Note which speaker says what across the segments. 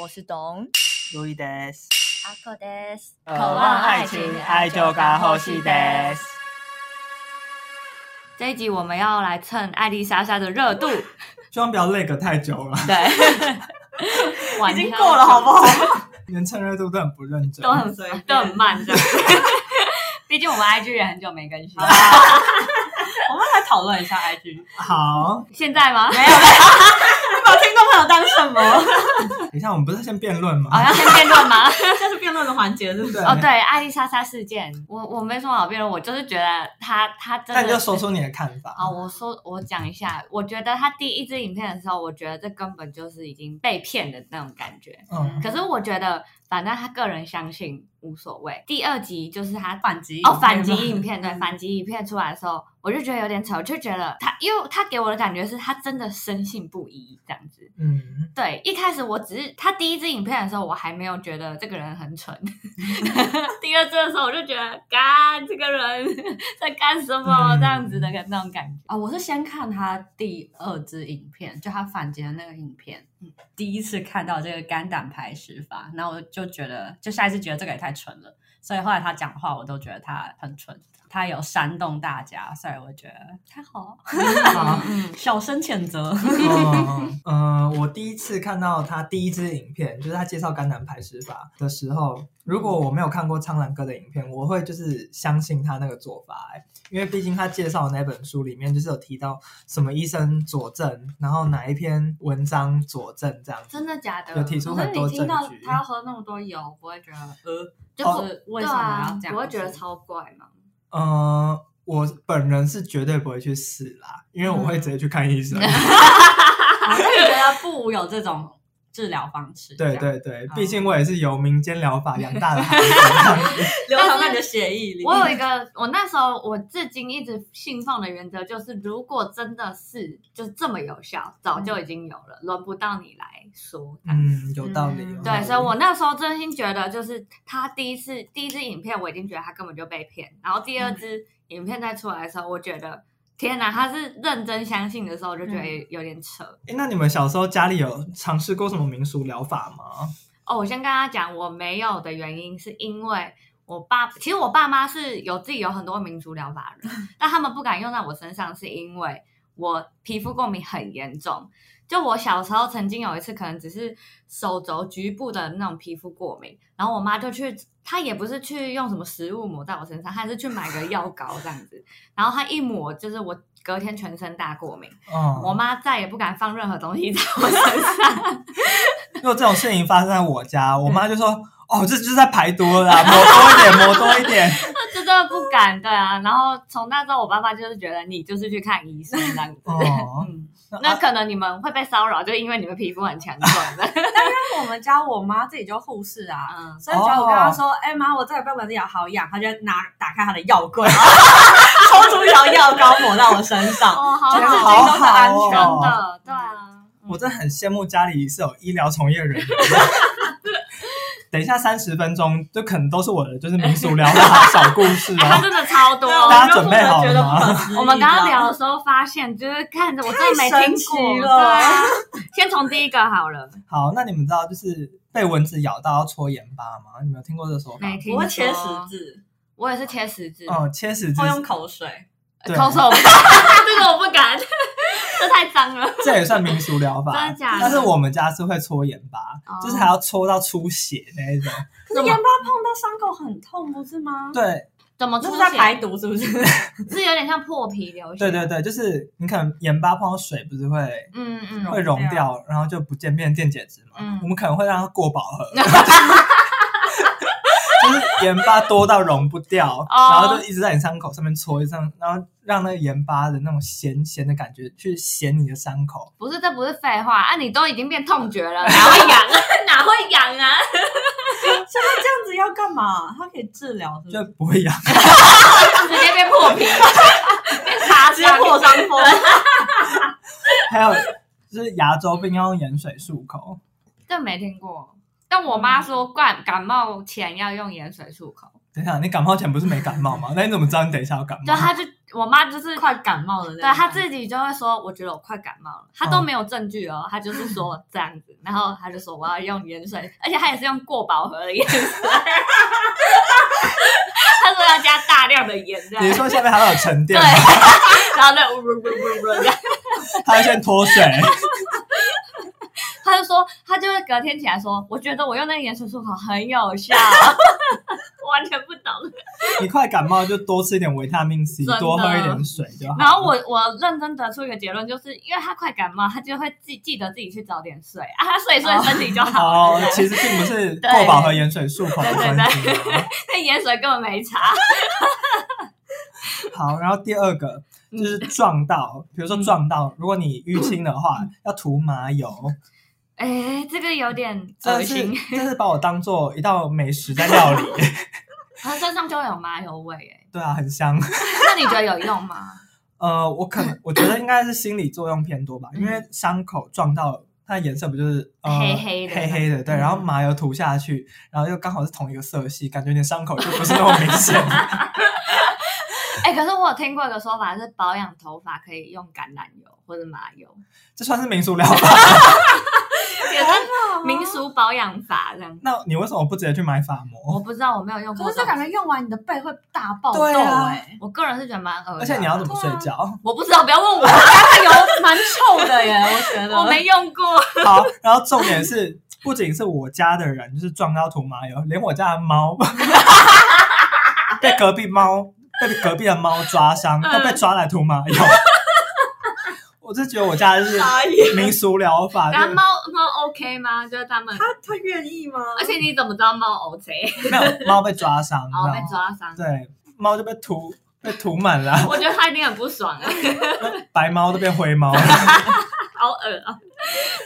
Speaker 1: 我是董
Speaker 2: 路易德斯，
Speaker 1: 阿克德斯，
Speaker 2: 渴望爱情，爱就该呼吸德。
Speaker 1: 这一集我们要来蹭艾丽莎莎的热 度，
Speaker 2: 希望不要累个太久了，
Speaker 1: 对，
Speaker 2: 已经过了好不好？连蹭热度都很不认真，
Speaker 1: 都很
Speaker 3: 随便
Speaker 1: 都 很慢的。毕竟我们 IG 也很久没更新，
Speaker 3: 我们来讨论一下 IG，
Speaker 2: 好。
Speaker 1: 现在吗？
Speaker 3: 没有，把听众朋友当什 么？
Speaker 2: 等一下，我们不是先辩论
Speaker 1: 好
Speaker 2: 吗？
Speaker 1: 要先辩论 吗？
Speaker 3: 这是辩论的环节，是不是？
Speaker 1: 哦，对，艾丽莎莎事件，我我没什么好辩论，我就是觉得她她真
Speaker 2: 那
Speaker 1: 的
Speaker 2: 你就说出你的看法。
Speaker 1: 好，我说我讲一下，我觉得他第一支影片的时候，我觉得这根本就是已经被骗的那种感觉。
Speaker 2: 嗯，
Speaker 1: 可是我觉得，反正他个人相信无所谓。第二集就是他
Speaker 3: 反击
Speaker 1: 哦反击影片，对
Speaker 3: 嗯
Speaker 1: 反击影片出来的时候，我就觉得有点扯，我就觉得他，因为他给我的感觉是他真的深信不疑这样子。
Speaker 2: 嗯，
Speaker 1: 对，一开始我只是他第一支影片的时候，我还没有觉得这个人 很蠢。第二支的时候，我就觉得，干这个人 在干什么？
Speaker 2: 嗯
Speaker 1: 这样子的那种感觉。
Speaker 3: 啊、我是先看他第二支影片，就他反击的那个影片，嗯第一次看到这个肝胆排石法，然后我就觉得，就下一次觉得这个也太蠢了，所以后来他讲话我都觉得他很蠢，他有煽动大家，所以我觉得还好，
Speaker 2: 好。
Speaker 1: 嗯，
Speaker 3: 小声谴责。
Speaker 2: 嗯，呃我第一次看到他第一支影片，就是他介绍肝胆排石法的时候，如果我没有看过苍兰哥的影片，我会就是相信他那个做法、欸，因为毕竟他介绍的那本书里面就是有提到什么医生佐证，然后哪一篇文章佐证这样子。
Speaker 1: 真的假的？
Speaker 2: 有提出很多
Speaker 1: 可是你听到
Speaker 2: 证据
Speaker 1: 他要喝那么多油，不会觉得呃，就
Speaker 2: 哦
Speaker 1: 是
Speaker 3: 为
Speaker 1: 对
Speaker 3: 什么要
Speaker 1: 啊
Speaker 3: 这样子？
Speaker 1: 不会觉得超怪吗？
Speaker 2: 呃，我本人是绝对不会去试啦，因为我
Speaker 1: 嗯
Speaker 2: 会直接去看 医生。
Speaker 3: 啊，那你觉得不无有这种治疗方式？
Speaker 2: 对
Speaker 3: 这样，
Speaker 2: 对对，毕竟我也是由民间疗法养大 的孩子这样子。
Speaker 3: 流
Speaker 1: 但
Speaker 3: 淌
Speaker 1: 是
Speaker 3: 在你的血液 里。
Speaker 1: 我有一个，我那时候我至今一直信奉的原则就是，如果真的是就是这么有效，早就已经有了，轮不到你来说。
Speaker 2: 嗯，有道理。
Speaker 3: 嗯
Speaker 2: 有道
Speaker 1: 对，
Speaker 2: 理
Speaker 1: 所以我那时候真心觉得，就是他第一次第一支影片，我已经觉得他根本就被骗。然后第二支影片再出来的时候，我觉得天哪，他是认真相信的时候，我就觉得
Speaker 3: 嗯
Speaker 1: 有点扯。
Speaker 2: 诶那你们小时候家里有尝试过什么民俗疗法吗？
Speaker 1: 哦，我先跟他讲，我没有的原因是因为我爸，其实我爸妈是有自己有很多民族疗法的人，但他们不敢用在我身上，是因为我皮肤过敏很严重。就我小时候曾经有一次，可能只是手肘局部的那种皮肤过敏，然后我妈就去，她也不是去用什么食物抹在我身上，她是去买个药膏这样子，然后她一抹就是我隔天全身大过敏，
Speaker 2: 嗯，
Speaker 1: 我妈再也不敢放任何东西在我身上。
Speaker 2: 如果这种事情发生在我家，
Speaker 1: 嗯
Speaker 2: 我妈就说：“哦，这就是在排毒了啦，抹多一点，抹多一点。
Speaker 1: 就真的不敢，对啊。然后从那之后，我爸爸就是觉得你就是去看医生这样”子。
Speaker 2: 哦，
Speaker 1: 嗯，那
Speaker 2: 那
Speaker 1: 可能你们会被骚扰，就因为你们皮肤很强壮的。
Speaker 3: 因为我们家我妈自己就护士啊，
Speaker 1: 嗯，
Speaker 3: 所以只要我跟他说：“哎、妈，我这里被蚊子咬，好痒。”他就拿打开他的药 柜，抽出一条药膏抹到我身上。
Speaker 1: 哦，好
Speaker 2: 这
Speaker 3: 这
Speaker 2: 样
Speaker 3: 样
Speaker 1: 好，
Speaker 2: 好
Speaker 3: 都是安
Speaker 2: 好
Speaker 3: 全
Speaker 1: 真
Speaker 2: 哦。
Speaker 1: 的，对啊。
Speaker 2: 我真的很羡慕家里是有医疗从业人员。 等一下三十分钟，就可能都是我的，就是民俗疗法小故事
Speaker 1: 哎，他
Speaker 2: 哦。
Speaker 1: 真的 超多。
Speaker 2: 大家准备好了吗
Speaker 3: 啊我就不可思议
Speaker 1: 我们刚刚聊的时候发现，就是看着我真的没
Speaker 3: 太
Speaker 1: 听
Speaker 3: 神
Speaker 1: 过。
Speaker 3: 奇了
Speaker 1: 对啊，先从第一个好了，
Speaker 2: 好，那你们知道就是被蚊子咬到要戳眼巴吗？你们有听过这个说法吗？
Speaker 1: 没听
Speaker 3: 我
Speaker 1: 过。
Speaker 3: 会切十，字，
Speaker 1: 我也是切十字。
Speaker 2: 哦，切十字
Speaker 3: 会用口水。
Speaker 2: 对
Speaker 1: 口手不敢，这个我不敢， 这太脏了。
Speaker 2: 这也算民俗疗法，
Speaker 1: 真的假的
Speaker 2: 但是我们家是会戳眼巴，
Speaker 1: 哦
Speaker 2: 就是还要戳到出血那一种。
Speaker 3: 可是盐巴碰到伤口很痛，不是吗？，
Speaker 2: 对
Speaker 1: 怎么
Speaker 3: 这
Speaker 1: 出
Speaker 3: 啊是
Speaker 1: 血？
Speaker 3: 在排毒， 是不是？
Speaker 1: 是有点像破皮流血。
Speaker 2: 对对对，就是你可能眼巴碰到水，不是会、
Speaker 1: 嗯嗯，
Speaker 2: 会溶掉，然后就不见变电解质嘛。
Speaker 1: 嗯
Speaker 2: 我们可能会让它过饱和， 就是盐巴多到溶不掉，
Speaker 1: 哦
Speaker 2: 然后就一直在你伤口上面戳一上，然后让那个盐巴的那种咸咸的感觉去咸你的伤口。
Speaker 1: 不是，这不是废话啊！你都已经变痛觉了，哪会痒啊？哪会痒啊？
Speaker 3: 像他这样子要干嘛？他可以治疗，是不？
Speaker 2: 就是不会痒，
Speaker 1: 直接变破皮，变擦
Speaker 3: 直接
Speaker 1: 伤，
Speaker 3: 破伤风。
Speaker 2: 还有就是牙周病要用盐水漱口，
Speaker 1: 这没听过。但我妈说感感冒前要用盐水漱口，
Speaker 2: 等一下，你感冒前不是没感冒吗？那你怎么知道你等一下要感
Speaker 1: 就
Speaker 2: 冒？
Speaker 1: 她就我妈就是
Speaker 3: 快感冒了那种
Speaker 1: 对
Speaker 3: 感觉。
Speaker 1: 她自己就会说，我觉得我快感冒了，她都没有证据哦，她就是说这样子，然后她就说我要用盐水，而且她也是用过饱和的盐水，她说要加大量的盐这
Speaker 2: 比如
Speaker 1: 样，
Speaker 2: 说下面还有沉
Speaker 1: 对，
Speaker 2: 淀吗，
Speaker 1: 然后那呜呜呜呜呜这样，
Speaker 2: 它会先脱水，
Speaker 1: 她就说她就会隔天起来说，我觉得我用那个盐水漱口很有效， 我完全不懂。
Speaker 2: 你快感冒就多吃一点维他命 C，
Speaker 1: 真的
Speaker 2: 多喝一点水就好。
Speaker 1: 然后我我认真得出一个结论，就是因为他快感冒，他就会记记得自己去早点睡啊，他睡一睡
Speaker 3: 哦
Speaker 1: 身体就好
Speaker 2: 哦
Speaker 1: 了。对，
Speaker 2: 其实并不是
Speaker 1: 对
Speaker 2: 过饱和盐水漱口的
Speaker 1: 对对
Speaker 2: 关系啊。
Speaker 1: 那盐水根本没差，
Speaker 2: 好，然后第二个
Speaker 1: 嗯
Speaker 2: 就是撞到，比如说撞到，如果你淤青的话，
Speaker 1: 嗯
Speaker 2: 要涂麻油。
Speaker 1: 哎，这个有点
Speaker 2: 真
Speaker 1: 恶
Speaker 2: 的是
Speaker 1: 心，，
Speaker 2: 真是把我当做一道美食在 料理。
Speaker 1: 他身上就会有麻油味哎。
Speaker 2: 对啊，很香。
Speaker 1: 那你觉得有用吗？
Speaker 2: 呃，我可能我觉得应该是心理作用偏多吧，
Speaker 1: 嗯
Speaker 2: 因为伤口撞到它的颜色不就是、呃、
Speaker 1: 黑黑的
Speaker 2: 黑黑的，对，
Speaker 1: 嗯
Speaker 2: 然后麻油涂下去，然后又刚好是同一个色系，感觉你的伤口就不是那么明显。
Speaker 1: 哎，可是我有听过一个说法是保养头发可以用橄榄油或者麻油，
Speaker 2: 这算是民俗疗法？
Speaker 1: 也是民俗保养法这样。
Speaker 2: 那你为什么不直接去买发
Speaker 1: 我
Speaker 2: 膜？
Speaker 1: 不知道，我没有用过
Speaker 3: 可
Speaker 1: 种。
Speaker 3: 是这感觉用完你的背会大爆痘
Speaker 2: 对啊
Speaker 3: 哎、
Speaker 1: 我个人是觉得蛮恶的，啊
Speaker 2: 而且你要怎么睡觉？
Speaker 1: 我不知道，不要问 我，
Speaker 3: 它油蛮臭的耶， 我觉得。
Speaker 1: 我没用过。
Speaker 2: 好，然后重点是，不仅是我家的人就是撞到涂麻油，连我家的猫被隔壁猫被隔壁的猫抓伤，
Speaker 1: 嗯
Speaker 2: 都被抓来涂麻油。 我就觉得我家就是民俗疗法，
Speaker 1: 然后
Speaker 2: 就
Speaker 1: 猫猫 OK 吗？就是他们，
Speaker 3: 他愿意吗？
Speaker 1: 而且你怎么知道猫 OK？
Speaker 2: 是没有猫被抓伤，
Speaker 1: 然后被
Speaker 2: 你知道吗
Speaker 1: 抓伤，
Speaker 2: 对，猫就被涂被涂满了，
Speaker 1: 我觉得它一定很不爽 啊，
Speaker 2: 白猫都变灰猫了。
Speaker 1: 好恶啊。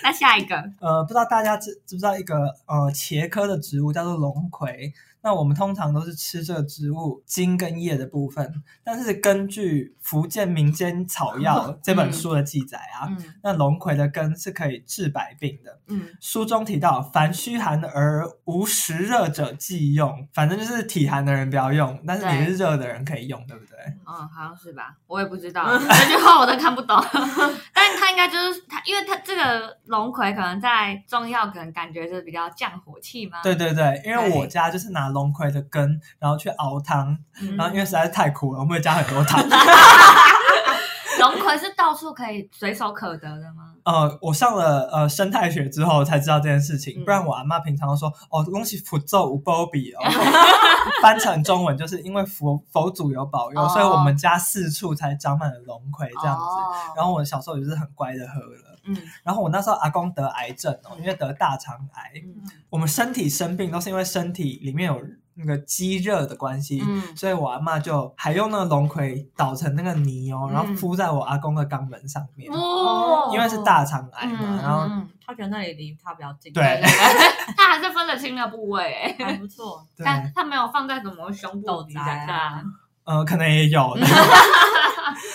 Speaker 1: 那下一个，
Speaker 2: 呃，不知道大家知知不知道一个呃茄科的植物叫做龙葵？那我们通常都是吃这个植物茎跟叶的部分，但是根据《福建民间草 药》这本书的记载啊，
Speaker 1: 嗯
Speaker 2: 那龙葵的根是可以治百病的。
Speaker 1: 嗯，
Speaker 2: 书中提到，凡虚寒而无实热者忌用，反正就是体寒的人不要用，但是你
Speaker 1: 对
Speaker 2: 是热的人可以用，对不对？
Speaker 1: 哦，好像是吧，我也不知道这句话我都看不懂，但它应该就是它，因为它这个龙葵可能在中药可能感觉就是比较降火气嘛，
Speaker 2: 对对对，因为
Speaker 1: 啊对
Speaker 2: 我家就是拿龙葵的根，然后去熬汤，
Speaker 1: 嗯，
Speaker 2: 然后因为实在是太苦了，我们会加很多糖。
Speaker 1: 龙葵是到处可以随手可得的吗？
Speaker 2: 呃，我上了呃生态学之后才知道这件事情，
Speaker 1: 嗯
Speaker 2: 不然我阿妈平常都说哦，东西符咒无波比 哦，翻成中文就是因为佛佛祖有保佑，
Speaker 1: 哦
Speaker 2: 所以我们家四处才长满了龙葵这样子。
Speaker 1: 哦
Speaker 2: 然后我小时候也是很乖的喝了，
Speaker 1: 嗯
Speaker 2: 然后我那时候阿公得癌症哦，因为得大肠癌，
Speaker 1: 嗯
Speaker 2: 我们身体生病都是因为身体里面有那个积热的关系，
Speaker 1: 嗯，
Speaker 2: 所以我阿妈就还用那个龙葵捣成那个泥哦，然后
Speaker 1: 嗯
Speaker 2: 敷在我阿公的肛门上面，
Speaker 1: 哦
Speaker 2: 因为是大肠癌嘛，
Speaker 1: 嗯
Speaker 2: 然后。
Speaker 1: 嗯
Speaker 3: 他觉得那里离他比较近，
Speaker 2: 对
Speaker 1: 对对， 他还是分得清的部位、欸，
Speaker 3: 还不 错。
Speaker 2: 对，
Speaker 1: 但他没有放在什么胸部底下
Speaker 3: 斗宅啊
Speaker 2: 呃，可能也 有，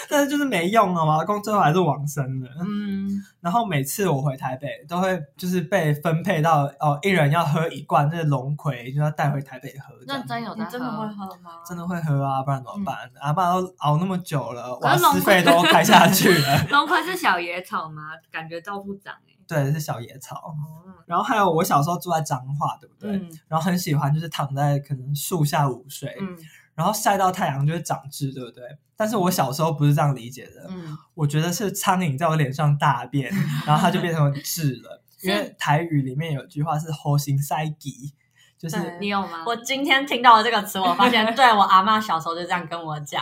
Speaker 2: 但是就是没用啊，我阿公最后还是往生了。
Speaker 1: 嗯，
Speaker 2: 然后每次我回台北，都会就是被分配到哦，一人要喝一罐这龙葵，就要带回台北喝这样。
Speaker 1: 认真有
Speaker 3: 你
Speaker 1: 在
Speaker 3: 真的会
Speaker 1: 喝。
Speaker 3: 喝吗？
Speaker 2: 真的会喝啊，不然怎么办？阿爸都熬那么久了，
Speaker 1: 可
Speaker 2: 瓦
Speaker 1: 是龙。
Speaker 2: 斯费都开下去 了
Speaker 1: 龙葵是小野草吗？感觉到处长哎、
Speaker 2: 对，是小野草。
Speaker 1: 哦，
Speaker 2: 然后还有我小时候住在彰化，对不对？
Speaker 1: 嗯
Speaker 2: 然后很喜欢就是躺在可能树下午睡，
Speaker 1: 嗯
Speaker 2: 然后晒到太阳就会长痣，对不对？但是我小时候不是这样理解的，
Speaker 1: 嗯，
Speaker 2: 我觉得是苍蝇在我脸上大便，然后它就变成痣了。因为台语里面有句话是“猴形塞吉”，就是
Speaker 3: 对
Speaker 1: 你有吗？
Speaker 3: 我今天听到了这个词，我发 现对我阿妈小时候就这样跟我讲，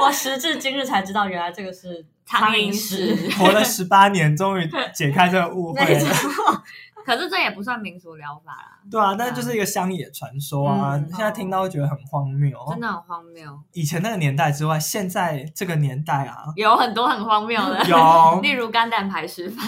Speaker 3: 我时至今日才知道，原来这个是
Speaker 1: 苍
Speaker 3: 蝇
Speaker 1: 蝇屎
Speaker 3: 屎。
Speaker 2: 活了十八年，终于解开这个误会
Speaker 3: 没
Speaker 2: 了。
Speaker 3: 错，
Speaker 1: 可是这也不算民俗疗法啦，
Speaker 2: 对啊，那就是一个乡野传说啊，
Speaker 3: 嗯
Speaker 2: 现在听到会觉得很荒谬。
Speaker 1: 真的很荒谬，，
Speaker 2: 以前那个年代之外，现在这个年代啊
Speaker 1: 有很多很荒谬的，
Speaker 2: 有
Speaker 1: 例。如肝胆排石法，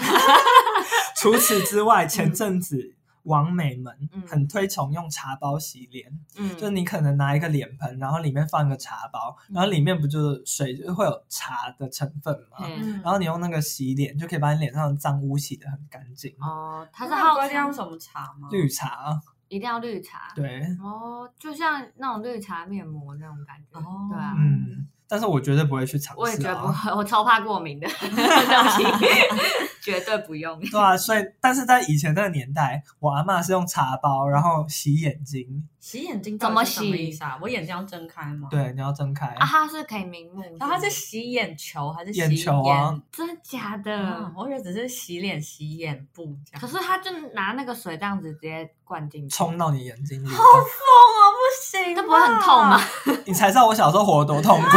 Speaker 2: 除此之外，前阵子王美们
Speaker 1: 嗯
Speaker 2: 很推崇用茶包洗脸。
Speaker 1: 嗯，
Speaker 2: 就你可能拿一个脸盆，然后里面放一个茶包，
Speaker 1: 嗯
Speaker 2: 然后里面不就是水就会有茶的成分吗？
Speaker 1: 嗯
Speaker 2: 然后你用那个洗脸，就可以把你脸上的脏污洗得很干净。
Speaker 1: 哦，它
Speaker 3: 它
Speaker 1: 是
Speaker 3: 是
Speaker 1: 号
Speaker 3: 规定用
Speaker 1: 称
Speaker 3: 什么茶吗？
Speaker 2: 绿茶，
Speaker 1: 一定要绿茶，
Speaker 2: 对，
Speaker 1: 哦，就像那种绿茶面膜那种感觉，
Speaker 3: 哦
Speaker 1: 对啊，
Speaker 2: 嗯，但是我绝对不会去尝试、啊。
Speaker 1: 我也觉得不会，我 超怕过敏的东西，绝对不用。
Speaker 2: 对啊，所以但是在以前那个年代，我阿嬷是用茶包，然后洗眼睛。
Speaker 3: 洗眼睛
Speaker 1: 怎
Speaker 3: 到
Speaker 1: 么
Speaker 3: 底是什么
Speaker 1: 洗
Speaker 3: 意思啊？我眼睛要睁开吗？。
Speaker 2: 对，你要睁开。
Speaker 1: 啊，它是可以明目，
Speaker 3: 然后他是洗眼球还是洗
Speaker 2: 眼球啊
Speaker 1: 真的假的？
Speaker 3: 眼啊我以为只是洗脸、洗眼部这样。
Speaker 1: 嗯可是他就拿那个水这样子直接灌进去，
Speaker 2: 冲到你眼睛里，
Speaker 3: 啊，不行
Speaker 1: 那不会很痛吗？？
Speaker 2: 你才知道我小时候活得 多痛苦。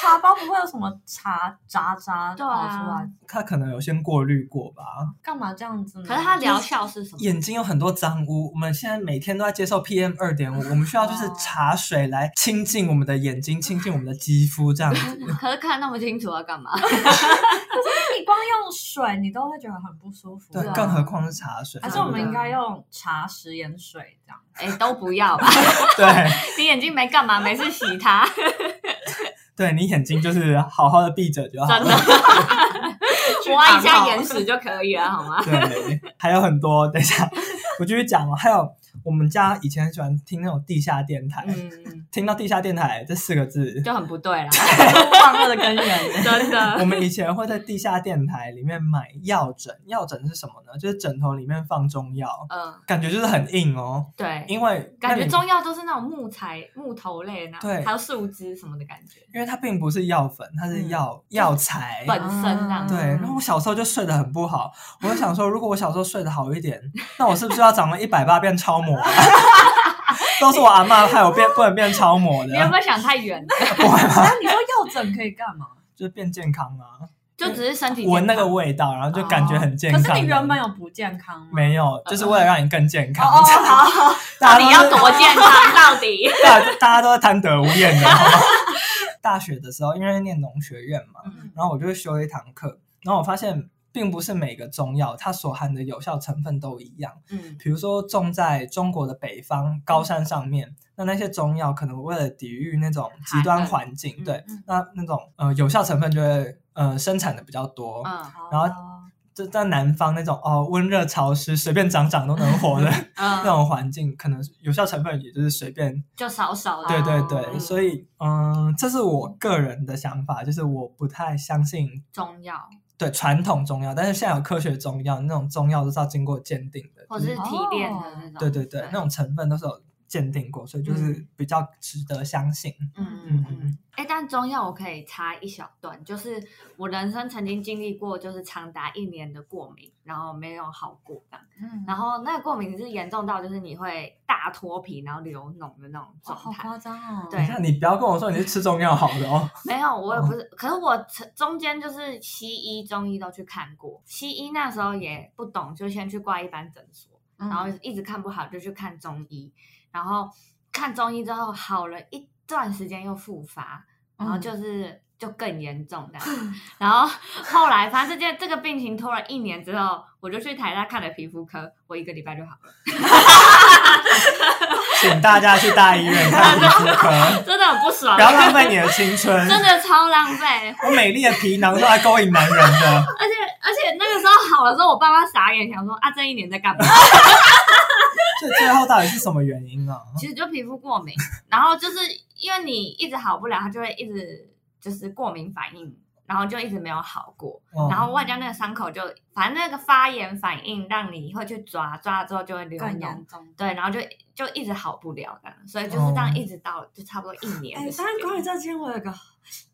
Speaker 3: 茶包不会有什么茶渣渣
Speaker 1: 对
Speaker 3: 跑
Speaker 1: 啊
Speaker 3: 出来，
Speaker 2: 他可能有先过滤过吧，
Speaker 3: 干嘛这样子呢？
Speaker 1: 可是它疗效是什么？
Speaker 2: 眼睛有很多脏污，我们现在每天都在接受 PM 二点五，我们需要
Speaker 3: 啊
Speaker 2: 就是茶水来清净我们的眼睛，清净我们的肌肤，这样
Speaker 3: 啊
Speaker 2: 子。
Speaker 1: 可是看得那么清楚要干嘛？
Speaker 3: 你光用水，你都会觉得很不舒服。
Speaker 2: 对
Speaker 1: 对啊，
Speaker 2: 更何况是茶水。
Speaker 3: 还是我们
Speaker 2: 对不
Speaker 3: 应该用茶食盐水 这样。
Speaker 1: 哎，都不要吧。
Speaker 2: 对
Speaker 1: 你眼睛没干嘛，没事洗它，
Speaker 2: 对，对你眼睛就是好好的闭着 就好
Speaker 1: 真
Speaker 2: 了。
Speaker 1: 的，挖一
Speaker 3: 去躺
Speaker 1: 下
Speaker 3: 好
Speaker 1: 眼屎就可以了，好吗？
Speaker 2: 对，还有很多，等一下我继续讲哦。还有我们家以前很喜欢听那种地下电台，
Speaker 1: 嗯，
Speaker 2: 听到地下电台这四 个字，
Speaker 1: 就很不对啦，
Speaker 3: 万恶的根源。
Speaker 1: 真
Speaker 2: 我
Speaker 1: 的。
Speaker 2: 们以前会在地下电台里面买药枕，药枕是什么呢？就是枕头里面放中药，
Speaker 1: 嗯，
Speaker 2: 感觉就是很硬哦。
Speaker 1: 对，
Speaker 2: 因为那
Speaker 1: 感
Speaker 2: 里
Speaker 1: 觉中药都是那种木材、木头类的那
Speaker 2: 对
Speaker 1: 种，还有树枝什么的感觉，
Speaker 2: 因为它并不是药粉，它是
Speaker 1: 嗯
Speaker 2: 药、药材。
Speaker 1: 本身这
Speaker 3: 嗯
Speaker 1: 样。
Speaker 2: 对，然后我小时候就睡得很不好，我就想 说，如果我小时候睡得好一点，那我是不是要长了一 百八变超模、啊？都是我阿妈害我变不能变超模的
Speaker 1: 你，有没有想太远了？
Speaker 3: 那你说药枕可以干嘛？
Speaker 2: 就是变健康啊，
Speaker 1: 就只是身体健康哦
Speaker 2: 闻那个味道，然后就感觉很健康。
Speaker 3: 可是你原本有不健康吗？
Speaker 2: 没有，就是为了
Speaker 1: 嗯
Speaker 2: 让你更健
Speaker 3: 哦。
Speaker 2: 康。
Speaker 3: 哦好，好
Speaker 1: 到
Speaker 2: 大家
Speaker 1: 底
Speaker 2: 都
Speaker 1: 要多健康？到底？
Speaker 2: 大大家都在贪得无厌的。好不好 大学的时候，因为念农学院嘛，
Speaker 1: 嗯
Speaker 2: 然后我就修一堂课，然后我发现并不是每个中药它所含的有效成分都一样。
Speaker 1: 嗯
Speaker 2: 比如说种在中国的北方高山上面，那那些中药可能为了抵御那种极端环境，
Speaker 1: 冷
Speaker 2: 对
Speaker 3: 嗯嗯，
Speaker 2: 那那种呃有效成分就会呃生产的比较多。
Speaker 1: 嗯
Speaker 2: 然后就在南方那种哦温热潮湿，随便长长都能活的那
Speaker 1: 嗯，
Speaker 2: 种环境，可能有效成分也就是随便
Speaker 1: 就少少的。
Speaker 2: 对对对，
Speaker 1: 嗯
Speaker 2: 所以嗯，这是我个人的想法，就是我不太相信
Speaker 1: 中药
Speaker 2: 对传统中药，但是现在有科学中药，那种中药都是要经过鉴定的，
Speaker 1: 或
Speaker 2: 就是
Speaker 1: 提炼的那种。
Speaker 2: 哦对对对，那种成分都是有鉴定过，所以就是
Speaker 1: 嗯
Speaker 2: 比较值得相信。
Speaker 1: 嗯
Speaker 2: 嗯
Speaker 1: 嗯
Speaker 2: 嗯
Speaker 1: 嗯。哎，但中药我可以插一小段，就是我人生曾经经历过，就是长达一年的过敏，然后没有好过这样。
Speaker 3: 嗯，
Speaker 1: 然后那个过敏是严重到就是你会大脱皮，然后流脓的那种
Speaker 3: 哦
Speaker 1: 状
Speaker 3: 好
Speaker 1: 态。
Speaker 3: 夸张哦。
Speaker 1: 对
Speaker 2: 那你不要跟我说你是吃中药好的哦，
Speaker 1: 没有，我也不是，可是我曾中间就是西医、中医都去看过，西医那时候也不懂，就先去挂一般诊所。
Speaker 3: 嗯，
Speaker 1: 然后一直看不好，就去看中医，然后看中医之后好了一段时间又复发，然后
Speaker 3: 嗯
Speaker 1: 就是、就更严重这样 子，然后后来反正这件这个病情拖了一年之后，我就去台大看了皮肤科，我一个礼拜就好了，
Speaker 2: 请大家去大医院看皮肤科，
Speaker 1: 真的很不爽
Speaker 2: 不，要浪费你的青春。
Speaker 1: 真的超浪费，
Speaker 2: 我美丽的皮囊都来勾引男人的，
Speaker 1: 而且而且那个时候好了之后，我爸妈傻眼，想说啊这一年在干嘛？
Speaker 2: 这最后到底是什么原因啊？
Speaker 1: 其实就皮肤过敏，然后就是因为你一直好不了，它就会一直就是过敏反应，然后就一直没有好过，
Speaker 2: 嗯
Speaker 1: 然后外加那个伤口就反正那个发炎反应让你会去抓，抓了之后就会流
Speaker 3: 更
Speaker 1: 脓
Speaker 3: 严，重。哎
Speaker 1: 对，然后就就一直好不了这样，所以就是这样一直到、就差不多一年
Speaker 3: 哎、
Speaker 1: 的时
Speaker 3: 但是关于
Speaker 1: 间。
Speaker 3: 这间，我有个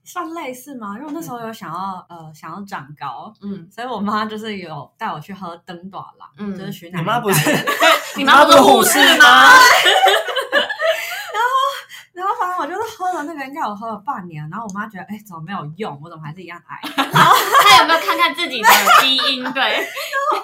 Speaker 3: 算类似吗？因为我那时候
Speaker 2: 嗯
Speaker 3: 有想要、呃想要长高，
Speaker 1: 嗯
Speaker 3: 所以我妈就是有带我去喝灯短郎，
Speaker 1: 嗯
Speaker 3: 就是徐奶奶
Speaker 2: 你妈不是
Speaker 3: 带的
Speaker 1: 你妈不是护士吗？
Speaker 3: 然后反正我就是喝了那个，应该我喝了半年，然后我妈觉得哎、怎么没有用，我怎么还是一样矮？
Speaker 1: 她有没有看看自己的基因？对，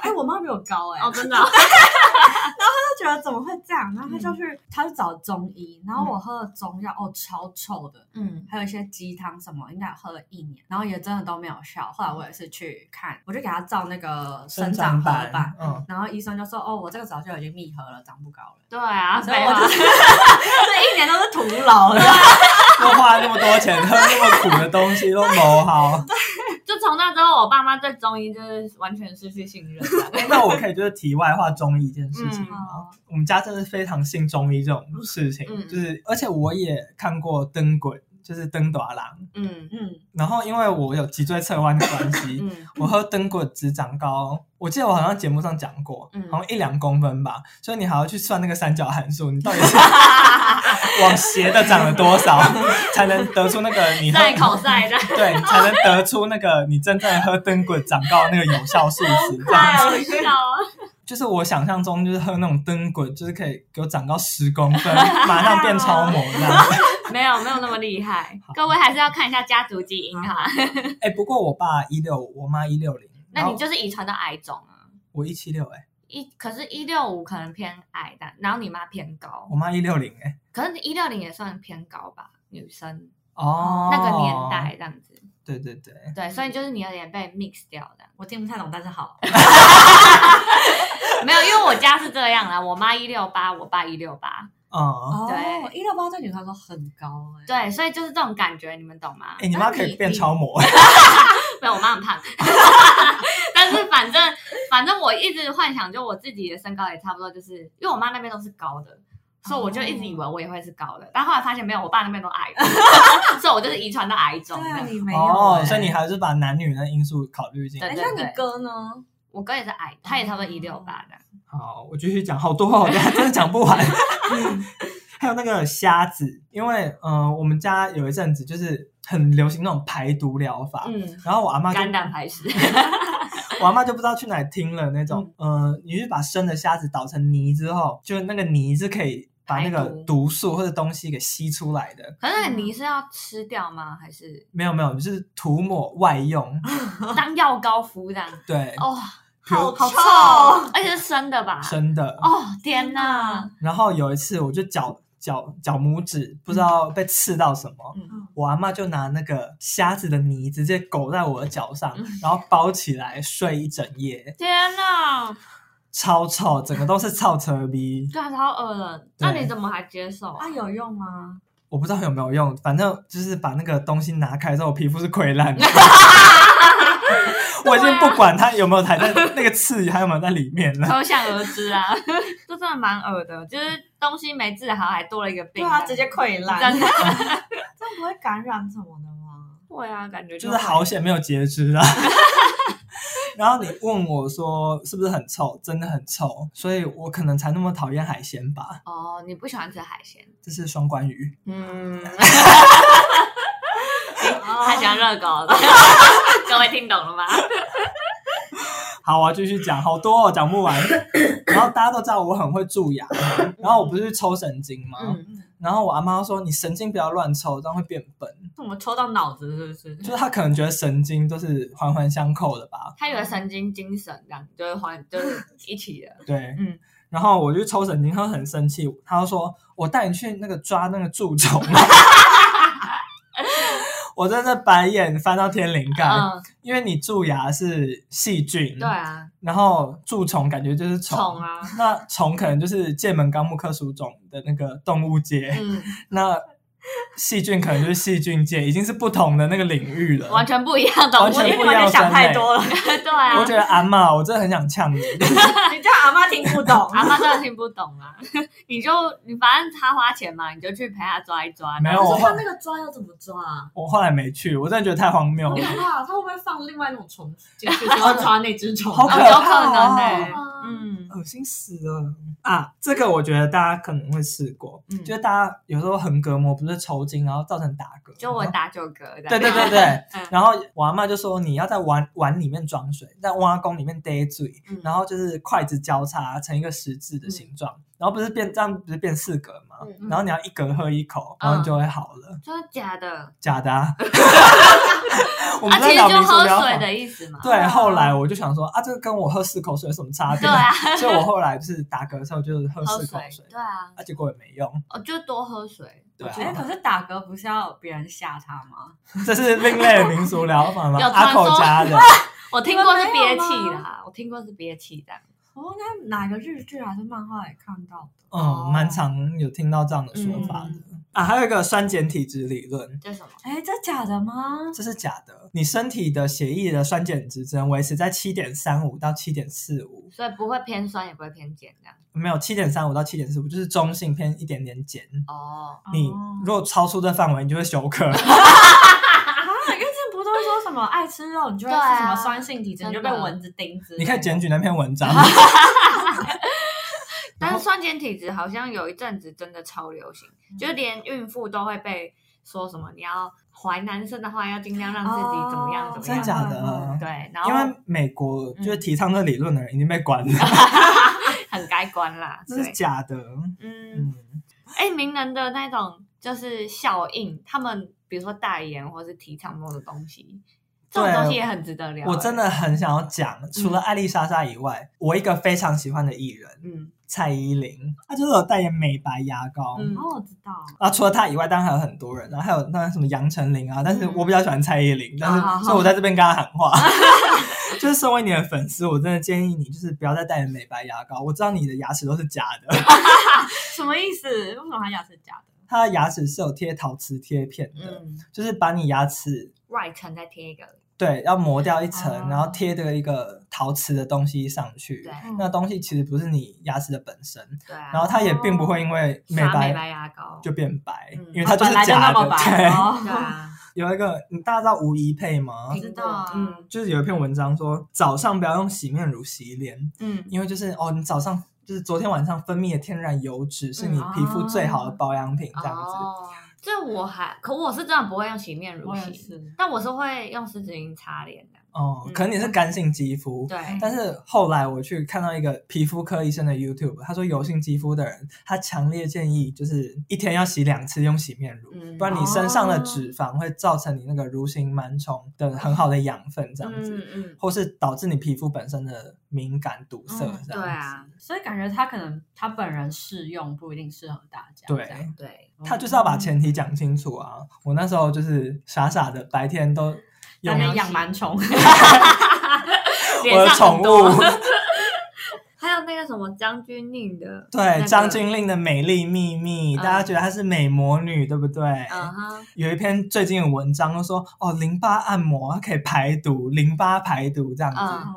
Speaker 3: 哎、我妈比我高哎、
Speaker 1: 哦，
Speaker 3: 我
Speaker 1: 真的哦，
Speaker 3: 就觉得怎么会这样？然后她
Speaker 1: 嗯
Speaker 3: 就去，她去找中医，然后我喝了中药，哦超臭的，
Speaker 1: 嗯
Speaker 3: 还有一些鸡汤什么，应该喝了一年，然后也真的都没有效。后来我也是去看，我就给他照那个生长合
Speaker 2: 板
Speaker 3: 板，，
Speaker 2: 嗯，
Speaker 3: 然后医生就说：“哦，我这个早就已经密合了，长不高了。
Speaker 1: 对啊，
Speaker 3: 所以
Speaker 1: 废
Speaker 3: 我
Speaker 1: 话
Speaker 3: 就是这一年都是徒劳的。
Speaker 2: 又花那么多钱喝那么苦的东西都谋好，
Speaker 1: 就从那之后，我爸妈对中医就是完全失去信任了。
Speaker 2: 那我可以就是题外话中医一件事情
Speaker 1: 嗯
Speaker 2: 吗？
Speaker 3: 哦
Speaker 2: 我们家真的非常信中医这种事情，
Speaker 1: 嗯
Speaker 2: 就是而且我也看过灯滚，就是登短郎。
Speaker 1: 嗯
Speaker 3: 嗯，
Speaker 2: 然后因为我有脊椎侧弯的关系，
Speaker 1: 嗯
Speaker 2: 我喝登果子长高，我记得我好像节目上讲过，
Speaker 1: 嗯
Speaker 2: 好像一两公分吧，所以你还要去算那个三角函数，你到底是 往斜的长了多少，才能得出那个你喝
Speaker 1: 赛口 赛的，
Speaker 2: 对，才能得出那个你真正喝登果长高的那个有效数值。这
Speaker 1: 太
Speaker 2: 样
Speaker 1: 好
Speaker 2: 子，
Speaker 1: 笑 了。
Speaker 2: 就是我想象中就是喝那种登滚，就是可以给我长高十公分， 马上变超模这样 子。
Speaker 1: 没有没有那么厉害，各位还是要看一下家族基因哈。
Speaker 2: 哎、不过我爸一六五，我妈一六零，
Speaker 1: 那
Speaker 2: 然
Speaker 1: 你
Speaker 2: 后
Speaker 1: 就是遗传到癌种啊。
Speaker 2: 我一七六，哎，
Speaker 1: 一可是，一六五可能偏矮的，然后你妈偏高
Speaker 2: 我，妈一六零，哎。
Speaker 1: 可是一六零也算偏高吧，女生、
Speaker 2: 哦，
Speaker 1: 那个年代，这样子，
Speaker 2: 对对对，
Speaker 1: 对，所以就是你有点被 mix 掉的，
Speaker 3: 我听不太懂，但是好，
Speaker 1: 没有，因为我家是这样啦，我妈一六八，我爸一六八，哦
Speaker 2: 嗯，
Speaker 3: 哦
Speaker 1: 对
Speaker 3: 一六八对女生来说很高哎、
Speaker 1: 对，所以就是这种感觉，你们懂吗？
Speaker 2: 哎，你妈可以变超模，
Speaker 1: 没有，我妈 很胖，但是反正反正我一直幻想，就我自己的身高也差不多，就是因为我妈那边都是高的，所以我就一直以为我也会是高的，但后来发现没有，我爸那边都矮 的，所以我就是遗传到矮种
Speaker 3: 对啊，
Speaker 1: 的。
Speaker 3: 你没有、
Speaker 2: 哦
Speaker 3: 哎，
Speaker 2: 所以你还是把男女的因素考虑进
Speaker 1: 欸对
Speaker 3: 哎，
Speaker 2: 去。
Speaker 3: 那你哥呢？
Speaker 1: 我哥也是矮，他也差不
Speaker 3: 哦
Speaker 1: 多一六八的。
Speaker 2: 好，我继续讲，好多哦，我等下真的讲不完。 还有那个虾子，因为嗯，我们家有一阵子就是很流行那种排毒疗法，
Speaker 1: 嗯，
Speaker 2: 然后我阿妈就
Speaker 1: 肝胆排 石。
Speaker 2: 我阿妈就不知道去哪里听了那种，
Speaker 1: 嗯
Speaker 2: 呃，你是把生的虾子捣成泥之后，就是那个泥是可以把那
Speaker 1: 排
Speaker 2: 个
Speaker 1: 毒
Speaker 2: 毒素或者东西给吸出来的。
Speaker 1: 可是你是要吃掉吗？还是
Speaker 2: 没有没有，就是涂抹外 用，
Speaker 1: 当药膏敷这样？
Speaker 2: 对，
Speaker 1: 哦，
Speaker 2: 比如
Speaker 1: 好
Speaker 3: 好
Speaker 1: 臭，哦而且是生的吧？
Speaker 2: 真的。
Speaker 1: 哦，天哪！
Speaker 2: 然后有一次，我就脚脚脚拇指不知道被刺到什么，
Speaker 1: 嗯
Speaker 2: 我阿妈就拿那个虾子的泥直接狗在我的脚上，
Speaker 1: 嗯
Speaker 2: 然后包起来睡一整夜，
Speaker 1: 天哪！
Speaker 2: 超臭，整个都是臭车逼。
Speaker 1: 对啊，超恶人。那
Speaker 2: 对
Speaker 1: 你怎么还接受啊
Speaker 3: 啊，？有用吗？
Speaker 2: 我不知道有没有用，反正就是把那个东西拿开之后，我皮肤是溃烂的。我已经不管它有没有还在那个刺还有没有在里面 了。
Speaker 1: 可想而知啊， 这真的蛮恶的，就是东西没治好，还多了一个病。
Speaker 3: 对啊，直接溃烂，
Speaker 1: 真的
Speaker 3: 这样不会感染什么的吗？
Speaker 1: 会啊，感觉
Speaker 2: 就是好险没有截肢啦。 然后你问我说是不是很臭？真的很臭，所以我可能才那么讨厌海鲜吧。
Speaker 1: 哦。你不喜欢吃海鲜，
Speaker 2: 这是双关语，
Speaker 1: 嗯， 他喜欢热 狗的，各位听懂了吗？
Speaker 2: 好，我要继续讲，好多哦，讲不完。然后大家都知道我很会蛀牙，然后我不是去抽神经吗？
Speaker 1: 嗯，
Speaker 2: 然后我阿妈说你神经不要乱抽，这样会变笨。
Speaker 3: 我们抽到脑子是不？
Speaker 2: 就是是她可能觉得神经都是环环相扣的吧？
Speaker 1: 他以为神经精神这样，就是环就是一起的，
Speaker 2: 对，
Speaker 1: 嗯。
Speaker 2: 然后我就去抽神经，她很生气，她就说：“我带你去那个抓那个蛀虫。”啊 我真的白眼翻到天灵盖，
Speaker 1: 嗯，
Speaker 2: 因为你蛀牙是细菌，
Speaker 1: 对，啊，
Speaker 2: 然后蛀虫感觉就是虫，
Speaker 1: 宠啊，
Speaker 2: 那虫可能就是界门纲目科属种的那个动物界，
Speaker 1: 嗯，
Speaker 2: 那细菌可能就是细菌界，已经是不同的那个领域了。
Speaker 1: 嗯完全不一样的，
Speaker 2: 完全
Speaker 1: 我
Speaker 2: 不
Speaker 1: 觉
Speaker 2: 一
Speaker 1: 得
Speaker 2: 样
Speaker 1: 你完全
Speaker 3: 想太多了，
Speaker 1: 对啊，
Speaker 2: 我觉得阿嬷，我真的很想呛 你。
Speaker 3: 你叫阿妈听不懂。
Speaker 1: 阿妈真的听不懂啊！ 你就你反正他花钱嘛，你就去陪他抓一抓。
Speaker 2: 没有
Speaker 1: 然后
Speaker 2: 我
Speaker 3: 他那个抓要怎么抓啊？
Speaker 2: 我后来没去，我真的觉得太荒谬
Speaker 3: 好
Speaker 1: 哦
Speaker 2: 了。
Speaker 3: 可怕！他会不会放另外那种虫 进去，然后抓那只虫？
Speaker 2: 好可
Speaker 1: 哦
Speaker 2: 怕啊
Speaker 1: 有可能呢、
Speaker 3: 哦
Speaker 1: 嗯，
Speaker 2: 恶心死了啊！这个我觉得大家可能会试过，
Speaker 1: 嗯
Speaker 2: 就是大家有时候横膈膜不是抽筋，然后造成打嗝。
Speaker 1: 就我打九嗝的。
Speaker 2: 对对对对，
Speaker 1: 嗯
Speaker 2: 然后我阿妈就说你要在碗碗里面装水，在挖工里面逮嘴，
Speaker 1: 嗯
Speaker 2: 然后就是筷子交叉成一个十字的形状，然后不是变这样不是变四格吗？
Speaker 1: 嗯
Speaker 2: 然后你要一格喝一口，然后你就会好了。
Speaker 1: 真的假的？
Speaker 2: 假 的、啊，我
Speaker 1: 啊，
Speaker 2: 们
Speaker 1: 其实
Speaker 2: 在聊
Speaker 1: 就
Speaker 2: 民俗
Speaker 1: 喝
Speaker 2: 疗法。
Speaker 1: 水的意思嘛。
Speaker 2: 对，后来我就想说啊，这个跟我喝四口水有什么差别？
Speaker 1: 哦对啊，
Speaker 2: 所以我后来就是打嗝的时候就是喝
Speaker 1: 喝
Speaker 2: 四口
Speaker 1: 水
Speaker 2: 水，，
Speaker 1: 对啊，
Speaker 2: 啊，结果也没用。
Speaker 1: 哦，就多喝水。
Speaker 2: 对
Speaker 3: 哎，可
Speaker 2: 啊，
Speaker 3: 是打嗝不是要别人吓他吗？
Speaker 2: 这是另类的民俗疗法 吗？
Speaker 1: 有
Speaker 2: 阿
Speaker 1: 传
Speaker 2: 口
Speaker 1: 说
Speaker 2: 家的，嗯
Speaker 1: 我听过是憋
Speaker 3: 你
Speaker 1: 气
Speaker 3: 们没有
Speaker 1: 啦，我听过是憋气的。
Speaker 3: 哦，那哪个日剧还是漫画也看到的？
Speaker 1: 哦
Speaker 2: 嗯，蛮常有听到这样的说法的。啊，还有一个酸碱体质理论，
Speaker 1: 这是什么？
Speaker 3: 哎，这假的吗？
Speaker 2: 这是假的。你身体的血液的酸碱值只能维持在七点三五到七点四五，
Speaker 1: 所以不会偏酸，也不会偏碱，这样
Speaker 2: 没有七点三五到七点四五，就是中性偏一点点碱。
Speaker 1: 哦。
Speaker 2: 你
Speaker 3: 哦
Speaker 2: 如果超出这范围，你就会 休克。
Speaker 3: 啊，因为之前不都会说什么爱吃肉，你就会
Speaker 1: 对
Speaker 3: 是
Speaker 1: 啊
Speaker 3: 什么酸性体质，你就被
Speaker 1: 真的
Speaker 3: 蚊子叮之类的。
Speaker 2: 你可以检举那篇文章。
Speaker 1: 但是酸碱体质好像有一阵子真的超流行，
Speaker 2: 嗯
Speaker 1: 就连孕妇都会被说什么你要怀男生的话，要尽量让自己怎么样
Speaker 3: 哦
Speaker 1: 怎么
Speaker 2: 真
Speaker 1: 样。
Speaker 2: 的假的
Speaker 3: 嗯
Speaker 1: 对，然
Speaker 2: 因
Speaker 1: 后嗯
Speaker 2: 为美国就是提倡这理论的人已经被关了，
Speaker 1: 很该关啦。
Speaker 2: 这是
Speaker 1: 对，
Speaker 2: 假的。
Speaker 1: 嗯，
Speaker 2: 嗯，
Speaker 1: 哎，名人的那种就是效应，他们比如说代言或是提倡某种东西，这种
Speaker 2: 对
Speaker 1: 东西也很值得聊。
Speaker 2: 我真
Speaker 1: 哎，
Speaker 2: 的很想要
Speaker 1: 嗯
Speaker 2: 讲，除了艾丽莎莎以外，我一个非常喜欢的艺人
Speaker 1: 嗯
Speaker 2: 蔡依林，她就是有代言美白牙膏。
Speaker 1: 嗯
Speaker 3: 哦，我知道，
Speaker 2: 啊，除了她以外，当然还有很多人，然后还有那什么杨丞琳啊，但是
Speaker 1: 嗯
Speaker 2: 我比较喜欢蔡依林，但是、
Speaker 1: 好好好
Speaker 2: 所以我在这边跟她喊 话， 就是身为你的粉丝，我真的建议你就是不要再代言美白牙膏，我知道你的牙齿都是假的，
Speaker 3: 什么意思？为什么他牙齿假的？
Speaker 2: 她的牙齿是有贴陶瓷贴片的，
Speaker 1: 嗯
Speaker 2: 就是把你牙齿
Speaker 1: 外层再贴一个，
Speaker 2: 对要磨掉一层，
Speaker 3: 哦
Speaker 2: 然后贴的一个陶瓷的东西上去
Speaker 1: 对，
Speaker 2: 那东西其实不是你牙齿的本身，
Speaker 1: 对啊，
Speaker 2: 嗯然后它也并不会因为美
Speaker 1: 刷
Speaker 2: 白
Speaker 1: 美白牙膏，
Speaker 2: 就变白，
Speaker 1: 嗯
Speaker 2: 因为它
Speaker 3: 哦
Speaker 2: 就是
Speaker 3: 本来就
Speaker 2: 假
Speaker 3: 那么
Speaker 2: 的。
Speaker 3: 白
Speaker 2: 对，
Speaker 3: 哦
Speaker 1: 对啊，
Speaker 2: 有一个你大家知道吴怡佩吗？
Speaker 3: 知道啊
Speaker 1: 嗯
Speaker 2: 就是有一篇文章说，早上不要用洗面乳洗脸，
Speaker 1: 嗯
Speaker 2: 因为就是哦，你早上就是昨天晚上分泌的天然油脂是你
Speaker 1: 嗯
Speaker 2: 皮肤最好的保养品，这样子。
Speaker 1: 哦，这我还可我是真的不会用洗面乳
Speaker 3: 我也
Speaker 1: 洗，
Speaker 3: 是。
Speaker 1: 但我是会用湿纸巾擦脸的。
Speaker 2: 哦、
Speaker 1: 嗯
Speaker 2: 可能你是干性肌肤，
Speaker 1: 对，
Speaker 2: 但是后来我去看到一个皮肤科医生的 YouTube，他说油性肌肤的人，他强烈建议就是一天要洗两次用洗面乳，
Speaker 1: 嗯
Speaker 2: 不然你身上的脂肪会造成你那个蠕形螨虫的很好的养分，这样子。
Speaker 1: 嗯嗯，
Speaker 2: 或是导致你皮肤本身的敏感堵
Speaker 3: 嗯
Speaker 2: 塞，这样子
Speaker 1: 对啊，
Speaker 3: 所以感觉他可能他本人适用不一定适合大家。这样嗯
Speaker 2: 对，
Speaker 1: 对，
Speaker 2: 他就是要把前
Speaker 1: 嗯
Speaker 2: 提讲清楚啊。我那时候就是傻傻的，白天都
Speaker 3: 有
Speaker 2: 用
Speaker 1: 大家
Speaker 3: 人养螨 虫，
Speaker 2: 我的宠物，
Speaker 1: 还有那个什么张钧甯的，
Speaker 2: 对
Speaker 1: 个
Speaker 2: 张钧甯的《美丽秘密》，
Speaker 1: 嗯
Speaker 2: 大家觉得她是美魔女，对不对？
Speaker 1: 嗯哼，
Speaker 2: 有一篇最近的文章都说，哦，淋巴按摩它可以排毒，淋巴排毒这样子。
Speaker 1: 嗯